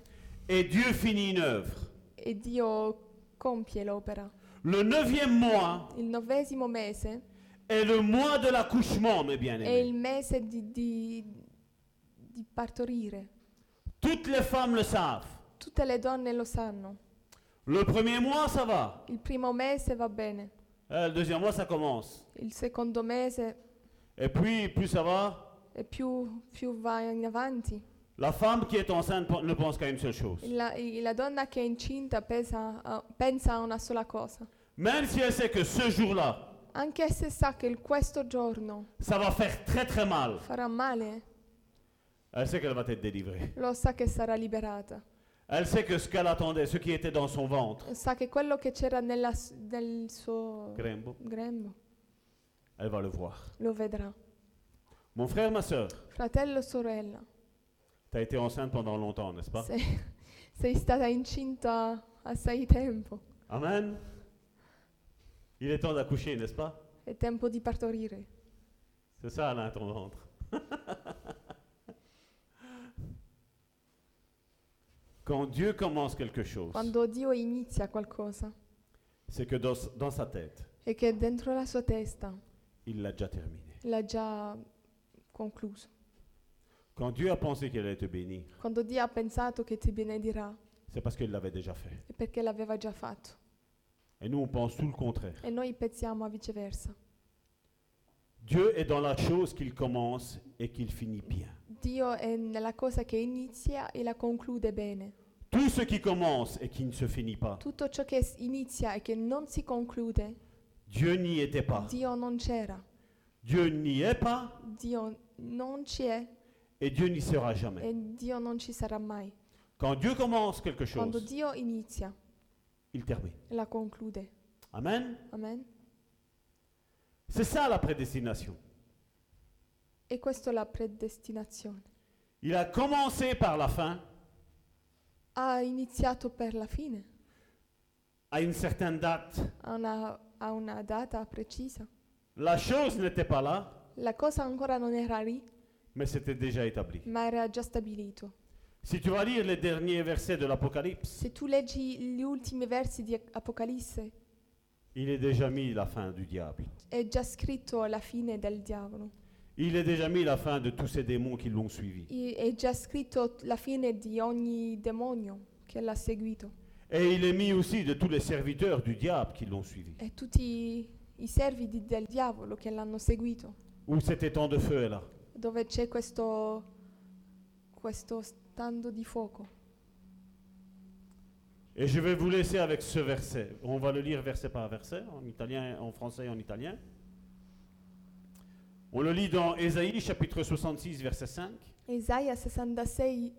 Speaker 1: et Dieu finit une œuvre.
Speaker 3: e Dio compie l'opera.
Speaker 1: Le neuvième mois
Speaker 3: Il novesimo mese
Speaker 1: est le mois de l'accouchement, mes
Speaker 3: è il
Speaker 1: bien-aimés.
Speaker 3: mese di, di- di partorire.
Speaker 1: Toutes les femmes le savent.
Speaker 3: Tutte le donne lo sanno.
Speaker 1: Le premier mois, ça va.
Speaker 3: Il primo mese va bene,
Speaker 1: Euh, le deuxième mois, ça commence.
Speaker 3: il secondo mese
Speaker 1: Et puis, plus ça va,
Speaker 3: e più, più va in avanti.
Speaker 1: la femme qui est enceinte pen- ne pense qu'à une seule chose.
Speaker 3: La, i- la donna che è incinta pensa a, pensa a una sola cosa.
Speaker 1: Même si elle sait que ce jour-là,
Speaker 3: Anche se sa che il- questo giorno
Speaker 1: ça va faire très très mal,
Speaker 3: farà male,
Speaker 1: elle sait qu'elle va être délivrée.
Speaker 3: lo sa che sarà liberata.
Speaker 1: Elle sait que ce qu'elle attendait, ce qui était dans son ventre,
Speaker 3: Sa che quello che c'era nella s- nel suo
Speaker 1: Grembo,
Speaker 3: grembo
Speaker 1: elle va le voir.
Speaker 3: lo vedrà.
Speaker 1: Mon frère, ma soeur,
Speaker 3: Fratello, sorella,
Speaker 1: tu as été enceinte pendant longtemps, n'est-ce pas
Speaker 3: sei, sei stata incinta assai tempo.
Speaker 1: Amen. Il est temps d'accoucher, n'est-ce pas
Speaker 3: È tempo di partorire.
Speaker 1: C'est ça, là, ton ventre. Quand Dieu commence quelque chose,
Speaker 3: Quando Dio inizia qualcosa
Speaker 1: c'est que dans, dans sa tête,
Speaker 3: e che dentro la sua testa
Speaker 1: il l'a déjà terminé.
Speaker 3: l'ha già concluso.
Speaker 1: Quand Dieu a pensé qu'il allait te bénir,
Speaker 3: Quando Dio ha pensato che ti benedirà
Speaker 1: c'est parce qu'il l'avait déjà fait.
Speaker 3: è perché l'aveva già fatto.
Speaker 1: Et nous, on pense tout le contraire.
Speaker 3: E noi pensiamo a viceversa.
Speaker 1: Dieu est dans la chose qu'il commence et qu'il finit bien.
Speaker 3: Dio è nella cosa che inizia e la conclude bene.
Speaker 1: Tout ce qui commence et qui ne se finit pas,
Speaker 3: Tutto ciò che s- inizia e che non si conclude,
Speaker 1: Dieu n'y était pas.
Speaker 3: Dio non c'era,
Speaker 1: Dieu n'y est pas
Speaker 3: Dio non ci è
Speaker 1: et Dieu n'y sera jamais.
Speaker 3: e Dio non ci sarà mai.
Speaker 1: Quand Dieu commence quelque
Speaker 3: Quando
Speaker 1: chose,
Speaker 3: Dio inizia,
Speaker 1: il termine.
Speaker 3: la conclude.
Speaker 1: Amen.
Speaker 3: Amen.
Speaker 1: C'est ça la prédestination.
Speaker 3: E questa è la predestinazione.
Speaker 1: Il a commencé par la fin,
Speaker 3: Ha iniziato per la fine,
Speaker 1: à une certaine date.
Speaker 3: a una, a una data precisa.
Speaker 1: La chose n'était pas là,
Speaker 3: La cosa ancora non era lì,
Speaker 1: mais c'était déjà établi.
Speaker 3: ma era già stabilito.
Speaker 1: Si tu vas lire les derniers versets de l'Apocalypse,
Speaker 3: Se tu leggi gli ultimi versi di Apocalisse,
Speaker 1: il est déjà mis la fin du diable.
Speaker 3: è già scritto la fine del diavolo,
Speaker 1: Il est déjà mis la fin de tous ces démons qui l'ont suivi.
Speaker 3: I- è già scritto la fine di ogni demonio che l'ha seguito
Speaker 1: Et il est mis aussi de tous les serviteurs du diable qui l'ont suivi.
Speaker 3: e tutti i servi di- del diavolo che l'hanno seguito,
Speaker 1: Où cet étang de feu est là.
Speaker 3: dove c'è questo, questo stando di fuoco.
Speaker 1: Et je vais vous laisser avec ce verset. On va le lire verset par verset, en italien, en français et en italien. On le lit dans Ésaïe chapitre 66 verset 5,
Speaker 3: Isaia 66,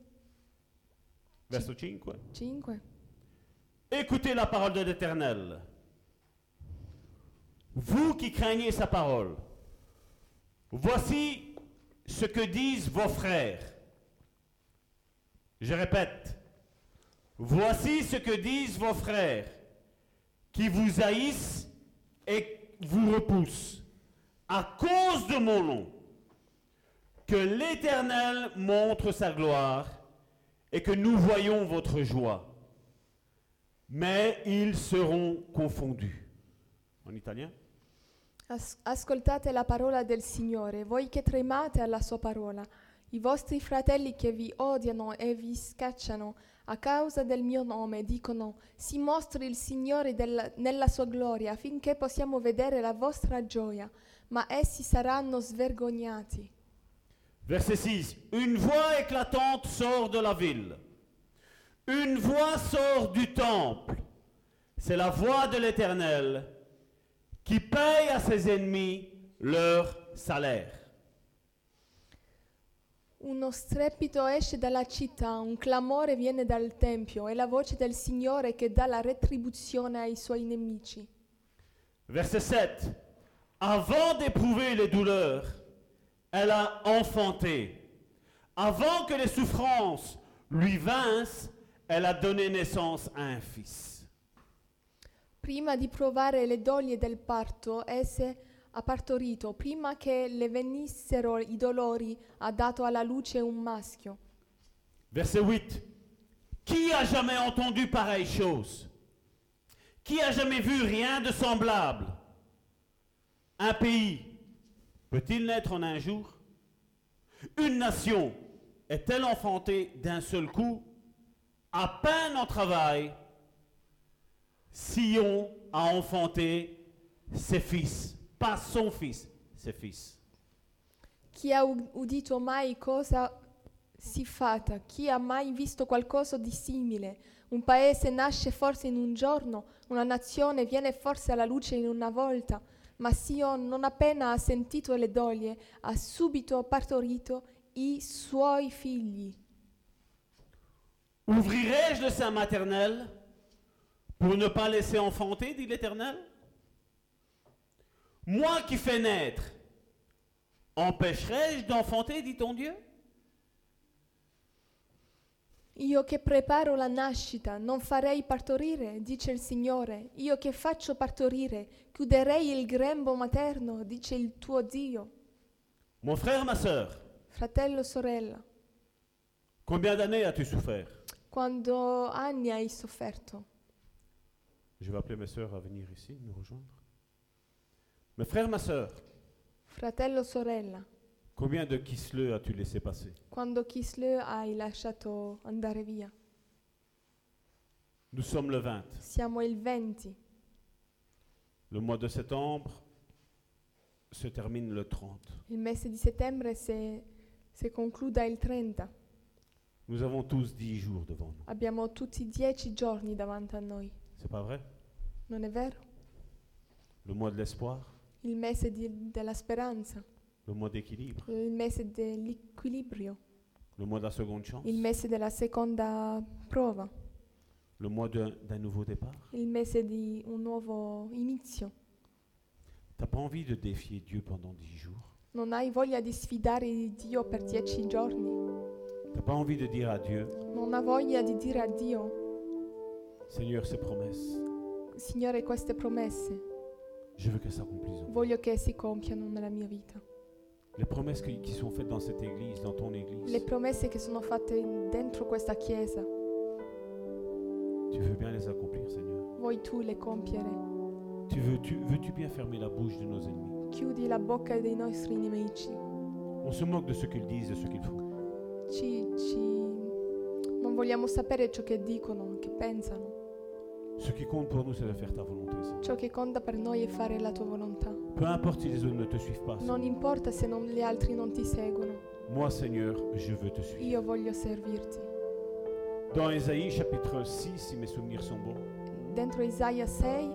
Speaker 1: verset 5.
Speaker 3: 5.
Speaker 1: Écoutez la parole de l'Éternel. Vous qui craignez sa parole, voici ce que disent vos frères. Je répète, voici ce que disent vos frères qui vous haïssent et vous repoussent à cause de mon nom. Que l'Éternel montre sa gloire et que nous voyons votre joie mais ils seront confondus. En italien
Speaker 3: As- ascoltate la parola del Signore, voi che tremate alla sua parola, i vostri fratelli che vi odiano e vi scacciano a causa del mio nome dicono, si mostri il Signore del- nella sua gloria affinché possiamo vedere la vostra gioia, ma essi saranno svergognati.
Speaker 1: Verset 6. Une voix éclatante sort de la ville. Une voix sort du temple. C'est la voix de l'Éternel qui paye à ses ennemis leur salaire.
Speaker 3: Uno strepito esce dalla città, un clamore viene dal Tempio, è la voce del Signore che dà la retribuzione ai suoi nemici.
Speaker 1: Verset 7. Avant d'éprouver les douleurs, elle a enfanté. Avant que les souffrances lui vinssent, elle a donné naissance à un fils.
Speaker 3: Prima di provare le doglie del parto, esse ha partorito, prima che le venissero i dolori, ha dato alla luce un maschio.
Speaker 1: Verset 8. Qui a jamais entendu pareille chose Qui a jamais vu rien de semblable Un pays peut-il naître en un jour Une nation est-elle enfantée d'un seul coup À peine en travail, Sion a enfanté ses fils, pas son fils, ses fils.
Speaker 3: Chi ha u- udito mai cosa si fatta? Chi ha mai visto qualcosa di simile? Un paese nasce forse in un giorno, una nazione viene forse alla luce in una volta, ma Sion non appena ha sentito le doglie, ha subito partorito i suoi figli.
Speaker 1: Ouvrirai-je le sein maternel pour ne pas laisser enfanter, dit l'Éternel Moi qui fais naître, empêcherai-je d'enfanter, dit ton Dieu
Speaker 3: Io che preparo la nascita, non farei partorire, dice il Signore. Io che faccio partorire, chiuderei il grembo materno, dice il tuo Dio.
Speaker 1: Mon frère, ma sœur,
Speaker 3: Fratello, sorella,
Speaker 1: combien d'années as-tu souffert
Speaker 3: quando anni hai sofferto?
Speaker 1: Je vais appeler mes sœurs à venir ici, nous rejoindre. Mes frères, ma sœur,
Speaker 3: Fratello, sorella,
Speaker 1: combien de Kisleux as-tu laissé passer
Speaker 3: quando Kisle hai lasciato andare via?
Speaker 1: Nous sommes le 20.
Speaker 3: Siamo il 20,
Speaker 1: Le mois de septembre se termine le 30.
Speaker 3: il mese di settembre se, se concluda il 30.
Speaker 1: Nous avons tous 10 jours devant nous.
Speaker 3: Abbiamo tutti dieci giorni davanti a noi,
Speaker 1: C'est pas vrai
Speaker 3: non è vero?
Speaker 1: Le mois de l'espoir
Speaker 3: Il mese di- della speranza,
Speaker 1: le mois d'équilibre,
Speaker 3: il mese dell'equilibrio.
Speaker 1: le mois de la seconde chance,
Speaker 3: Il mese della seconda prova,
Speaker 1: le mois d'un d'un nouveau départ.
Speaker 3: il mese di un nuovo inizio.
Speaker 1: T'as pas envie de défier Dieu pendant dix jours
Speaker 3: Non hai voglia di sfidare il Dio per dieci giorni?
Speaker 1: T'as pas envie de dire à Dieu,
Speaker 3: Non ha voglia di dire a Dio,
Speaker 1: Seigneur, ces promesses,
Speaker 3: Signore, queste promesse
Speaker 1: je veux qu'elles s'accomplissent.
Speaker 3: voglio che si compiano nella mia vita.
Speaker 1: Les promesses qui, qui sont faites dans cette église, dans ton église,
Speaker 3: Le promesse che sono fatte dentro questa chiesa,
Speaker 1: tu veux bien les accomplir, Seigneur.
Speaker 3: vuoi tu le compiere?
Speaker 1: Tu veux, tu, veux-tu bien fermer la bouche de nos ennemis
Speaker 3: Chiudi la bocca dei nostri nemici.
Speaker 1: On se moque de ce qu'ils disent, de ce qu'ils font.
Speaker 3: Ci, ci... Non vogliamo sapere ciò che dicono, che pensano.
Speaker 1: Ce qui compte pour nous, c'est de faire ta volonté, Seigneur.
Speaker 3: Ciò che conta per noi è fare la tua volontà.
Speaker 1: Peu importe si les autres ne te suivent pas.
Speaker 3: Non importa se non- gli altri non ti seguono,
Speaker 1: Moi, Seigneur, je veux te suivre.
Speaker 3: io voglio servirti.
Speaker 1: Dans Ésaïe chapitre 6, si mes souvenirs sont bons,
Speaker 3: Dentro Isaia 6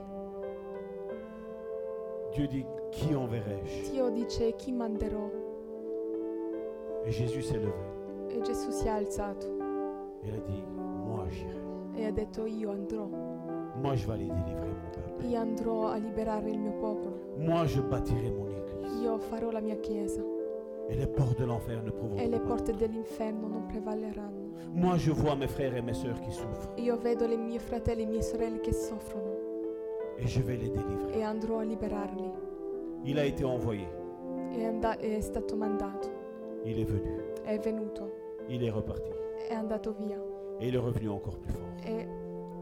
Speaker 1: Dieu dit Qui enverrai-je
Speaker 3: Dio dice chi manderò
Speaker 1: Et Jésus s'est levé.
Speaker 3: e Gesù si è alzato
Speaker 1: Il a dit Moi, j'irai.
Speaker 3: e ha detto io andrò,
Speaker 1: Moi, je vais aller délivrer mon peuple.
Speaker 3: io andrò a liberare il mio popolo,
Speaker 1: Moi, je bâtirai mon église.
Speaker 3: io farò la mia chiesa
Speaker 1: Et les portes de l'enfer ne prouveront
Speaker 3: e le
Speaker 1: pas.
Speaker 3: porte dell'inferno non prevalleranno.
Speaker 1: Moi, je vois mes frères et mes sœurs qui souffrent.
Speaker 3: Io vedo le mie fratelli e mie sorelle che soffrono
Speaker 1: Et je vais les délivrer.
Speaker 3: e andrò a liberarli.
Speaker 1: Il a été envoyé.
Speaker 3: È, anda- è stato mandato,
Speaker 1: Il est venu.
Speaker 3: è venuto,
Speaker 1: Il est reparti.
Speaker 3: è andato via
Speaker 1: Et il est revenu encore plus fort.
Speaker 3: e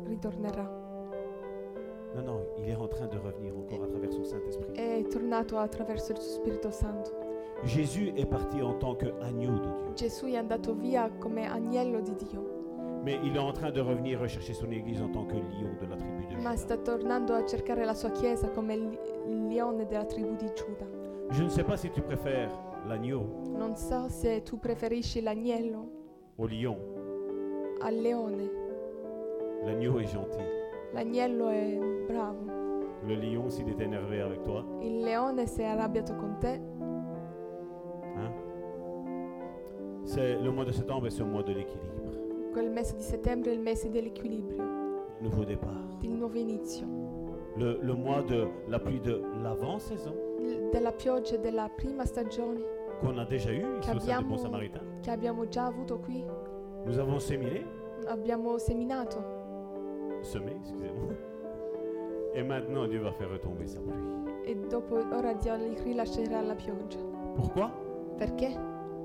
Speaker 3: ritornerà.
Speaker 1: Non, non, il est en train de revenir encore à travers son Saint-Esprit.
Speaker 3: È tornato attraverso il suo Spirito Santo.
Speaker 1: Jésus est parti en tant qu'agneau de Dieu.
Speaker 3: Gesù è andato via come agnello di Dio,
Speaker 1: Mais il est en train de revenir rechercher son église en tant que lion de la tribu de
Speaker 3: ma
Speaker 1: Juda.
Speaker 3: sta tornando a cercare la sua chiesa come il il leone della tribù di Giuda.
Speaker 1: Je ne sais pas si tu préfères l'agneau
Speaker 3: Non so se tu preferisci l'agnello
Speaker 1: au lion.
Speaker 3: al leone.
Speaker 1: L'agneau est gentil.
Speaker 3: L'agnello è bravo,
Speaker 1: Le lion, s'il est énervé avec toi,
Speaker 3: il leone se è arrabbiato con te.
Speaker 1: hein, c'est le mois de septembre et ce mois de l'équilibre.
Speaker 3: Quel mese di settembre è il mese dell'equilibrio,
Speaker 1: Nouveau départ.
Speaker 3: del nuovo inizio,
Speaker 1: Le, le mois de la pluie de l'avant-saison
Speaker 3: l- della pioggia della prima stagione
Speaker 1: qu'on a déjà eu ici au sein du
Speaker 3: Abbiamo-
Speaker 1: Bon Samaritain.
Speaker 3: che abbiamo già avuto qui.
Speaker 1: Nous avons séminé,
Speaker 3: Abbiamo seminato
Speaker 1: semé, excusez-moi. Et maintenant, Dieu va faire retomber sa pluie.
Speaker 3: e dopo ora Dio li rilascerà la pioggia.
Speaker 1: Pourquoi
Speaker 3: Perché?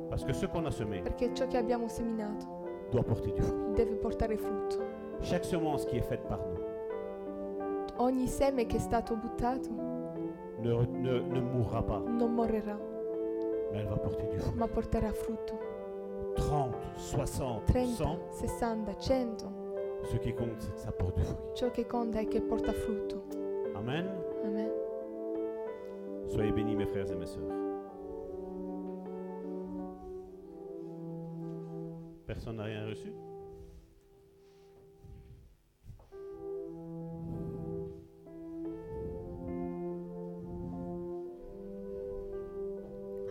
Speaker 1: Parce que ce qu'on a semé
Speaker 3: Perché ciò che abbiamo seminato
Speaker 1: doit porter du fruit.
Speaker 3: deve portare frutto.
Speaker 1: Chaque semence qui est faite par nous
Speaker 3: Ogni seme che è stato buttato
Speaker 1: ne, re- ne- ne mourra pas,
Speaker 3: non morirà,
Speaker 1: mais elle va porter du fruit.
Speaker 3: ma porterà frutto.
Speaker 1: 30, 60, 100,
Speaker 3: 30, 60, 100.
Speaker 1: ce qui compte, c'est que ça porte du fruit.
Speaker 3: Ciò che conta è che porta frutto.
Speaker 1: Amen.
Speaker 3: Amen.
Speaker 1: Soyez bénis, mes frères et mes sœurs. Personne n'a rien reçu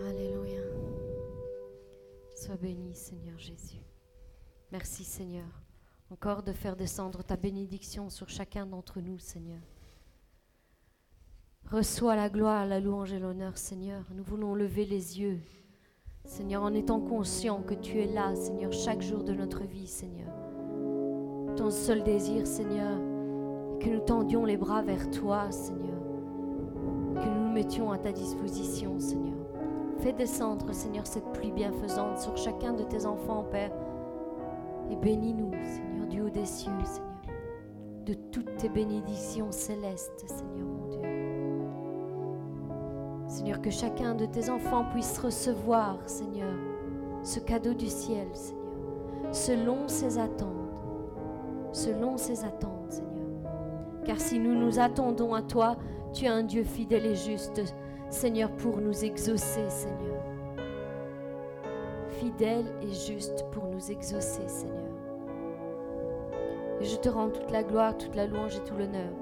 Speaker 4: Alléluia. Sois béni, Seigneur Jésus. Merci, Seigneur, encore de faire descendre ta bénédiction sur chacun d'entre nous, Seigneur. Reçois la gloire, la louange et l'honneur, Seigneur. Nous voulons lever les yeux, Seigneur, en étant conscients que tu es là, Seigneur, chaque jour de notre vie, Seigneur. Ton seul désir, Seigneur, est que nous tendions les bras vers toi, Seigneur. Que nous nous mettions à ta disposition, Seigneur. Fais descendre, Seigneur, cette pluie bienfaisante sur chacun de tes enfants, Père. Et bénis-nous, Seigneur, du haut des cieux, Seigneur, de toutes tes bénédictions célestes, Seigneur mon Dieu. Seigneur, que chacun de tes enfants puisse recevoir, Seigneur, ce cadeau du ciel, Seigneur, selon ses attentes, selon ses attentes, Seigneur. Car si nous nous attendons à toi, tu es un Dieu fidèle et juste, Seigneur, pour nous exaucer, Seigneur. Fidèle et juste pour nous exaucer, Seigneur. Et je te rends toute la gloire, toute la louange et tout l'honneur.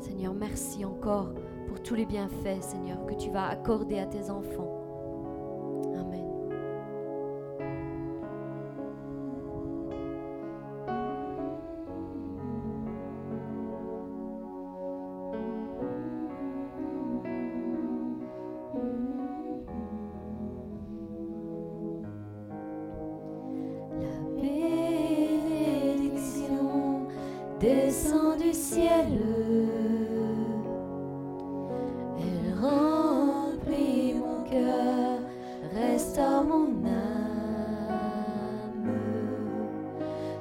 Speaker 4: Seigneur, merci encore pour tous les bienfaits, Seigneur, que tu vas accorder à tes enfants. Amen. Mm-hmm. ciel. Elle remplit mon cœur, restaure mon âme.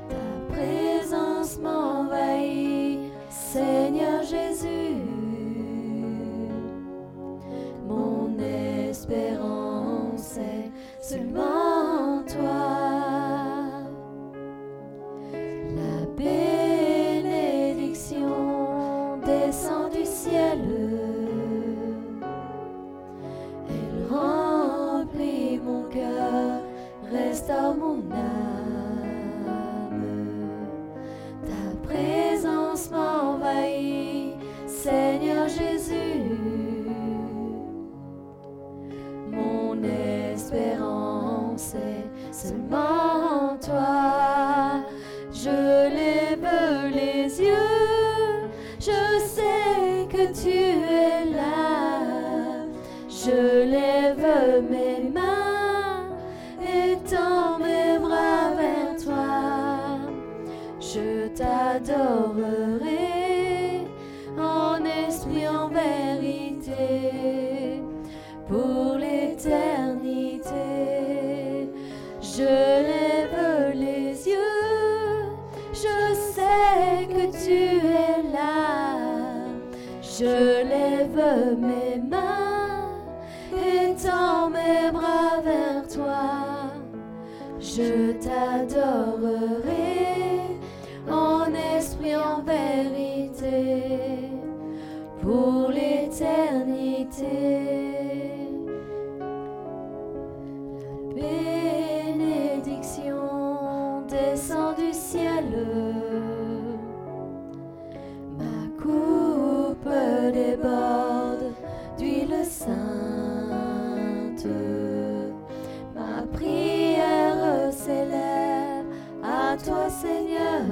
Speaker 4: Ta présence m'envahit, Seigneur Jésus. Mon espérance est seulement toi. La bénédiction descend du ciel. Elle remplit mon cœur, restaure mon âme. Ta présence m'envahit, Seigneur Jésus. Mon espérance est seulement en toi. Je lève les yeux, je sais que tu es là. Je lève mes mains et tends mes bras vers toi. Je t'adorerai en esprit, en vérité, pour l'éternité. Je lève les yeux, je sais que tu es là. Je lève mes mains et tends mes bras vers toi. Je t'adorerai en esprit, en vérité, pour l'éternité. Bénédiction descend du ciel. Ma coupe déborde d'huile sainte. Ma prière s'élève à toi, Seigneur.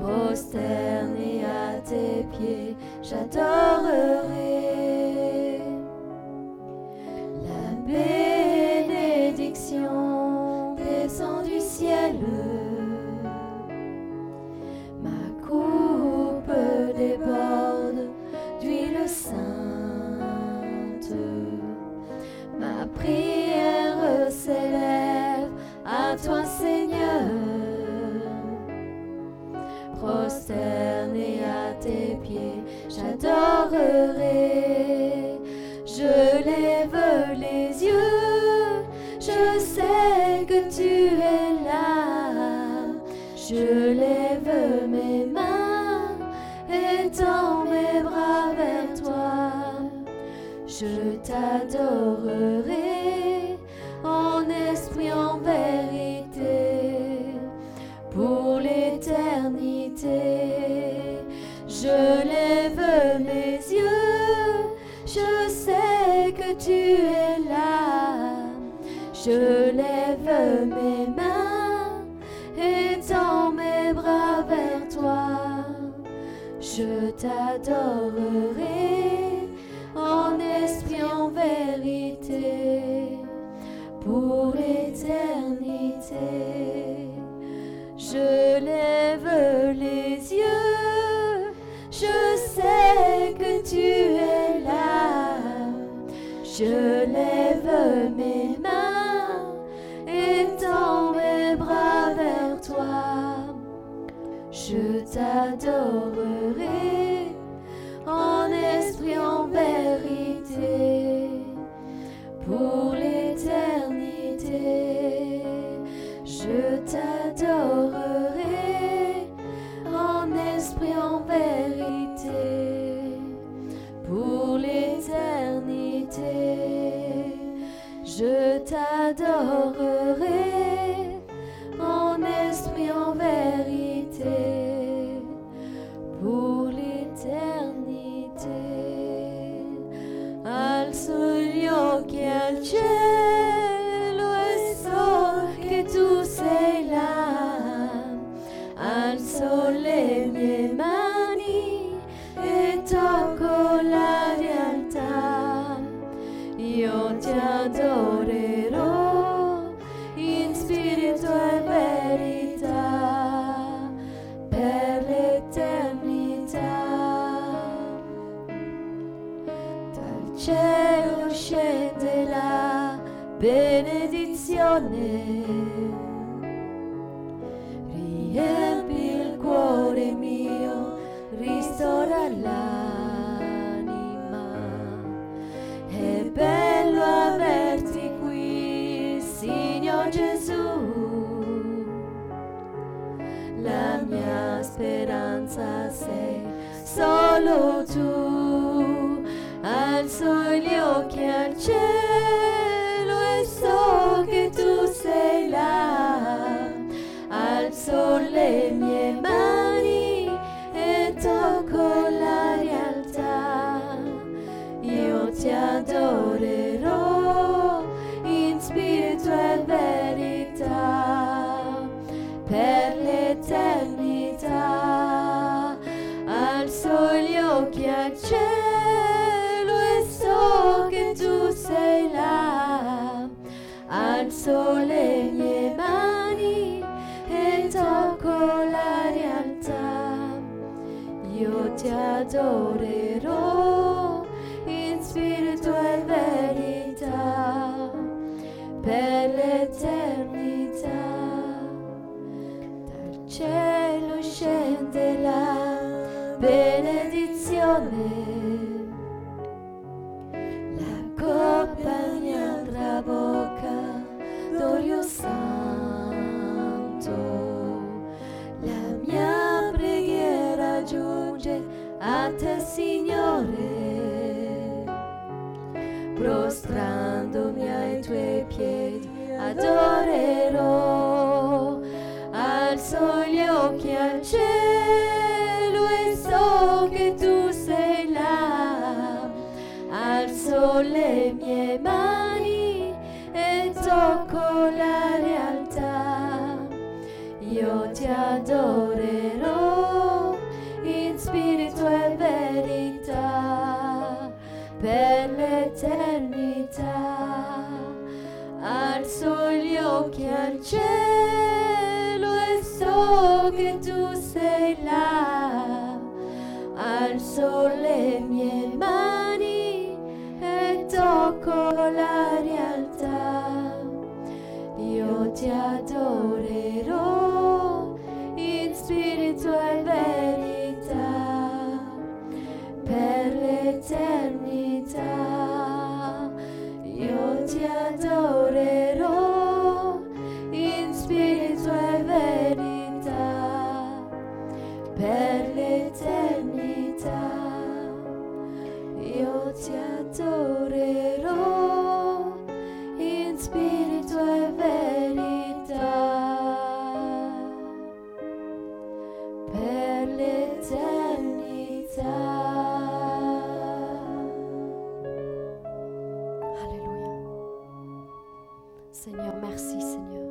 Speaker 4: Prosterné à tes pieds, j'adorerai. La bénédiction descend du ciel. Ma coupe déborde d'huile sainte. Ma prière s'élève à toi, Seigneur. Prosterné à tes pieds, j'adorerai. Je lève les yeux, je sais que tu es là. Je lève mes mains et tends mes bras vers toi. Je t'adorerai en esprit, en vérité, pour l'éternité. Je lève mes yeux, je sais que tu es là. Je lève mes mains et tends mes bras vers toi. Je t'adorerai en esprit, en vérité, pour l'éternité. Je lève les yeux, je sais que tu es là. Je lève mes mains et tends mes bras vers toi. Je t'adorerai en esprit, en vérité, pour l'éternité. Je t'adorerai en esprit, en vérité, pour l'éternité. Je t'adorerai en esprit, en vérité, pour l'éternité. Al sogno che al cielo è so che tu sei là, alzo le mie mani e tocco la realtà. Io ti adorerò in spirito e verità. Per l'eternità. Dal cielo scende la benedizione. Riempi il cuore mio, ristora l'anima. È bello averti qui, Signor Gesù. La mia speranza sei solo tu. Alzo gli occhi al cielo e so che tu sei là. Alzo le mie mani e tocco la realtà io ti adorerò in spirito e verità per l'eternità. Alzo gli occhi al cielo e so che tu sei là. Alzo le mie mani e tocco la realtà. Io ti adorerò in spirito e verità per l'eternità. Dal cielo scende la benedizione, la coppa mi andrà a bocca d'olio santo. La mia preghiera giunge a te, Signore, prostrandomi ai tuoi piedi, adorerò. Alzo gli occhi al cielo e so che tu sei là. Alzo le mie mani e tocco la realtà io ti adorerò in spirito e verità per l'eternità. Alzo gli occhi al cielo e so che tu sei là. Alzo le mie mani e tocco la realtà io ti adorerò in spirito e verità per l'eternità. Io ti adorerò in spirito e verità per l'eternità io ti adorerò in spirito e verità per l'eternità.
Speaker 5: Alléluia. Seigneur, merci Seigneur.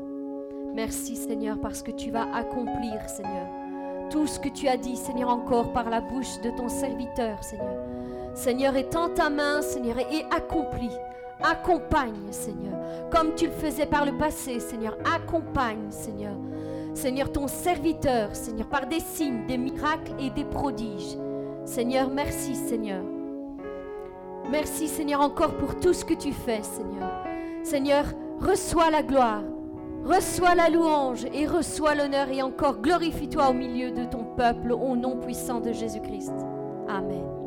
Speaker 5: Merci Seigneur parce que tu vas accomplir Seigneur tout ce que tu as dit Seigneur encore par la bouche de ton serviteur Seigneur. Seigneur, étends ta main Seigneur et accomplis. Accompagne Seigneur comme tu le faisais par le passé Seigneur. Accompagne Seigneur. Seigneur ton serviteur Seigneur par des signes, des miracles et des prodiges. Seigneur, merci Seigneur. Merci Seigneur encore pour tout ce que tu fais Seigneur. Seigneur, reçois la gloire, reçois la louange et reçois l'honneur et encore glorifie-toi au milieu de ton peuple au nom puissant de Jésus-Christ. Amen.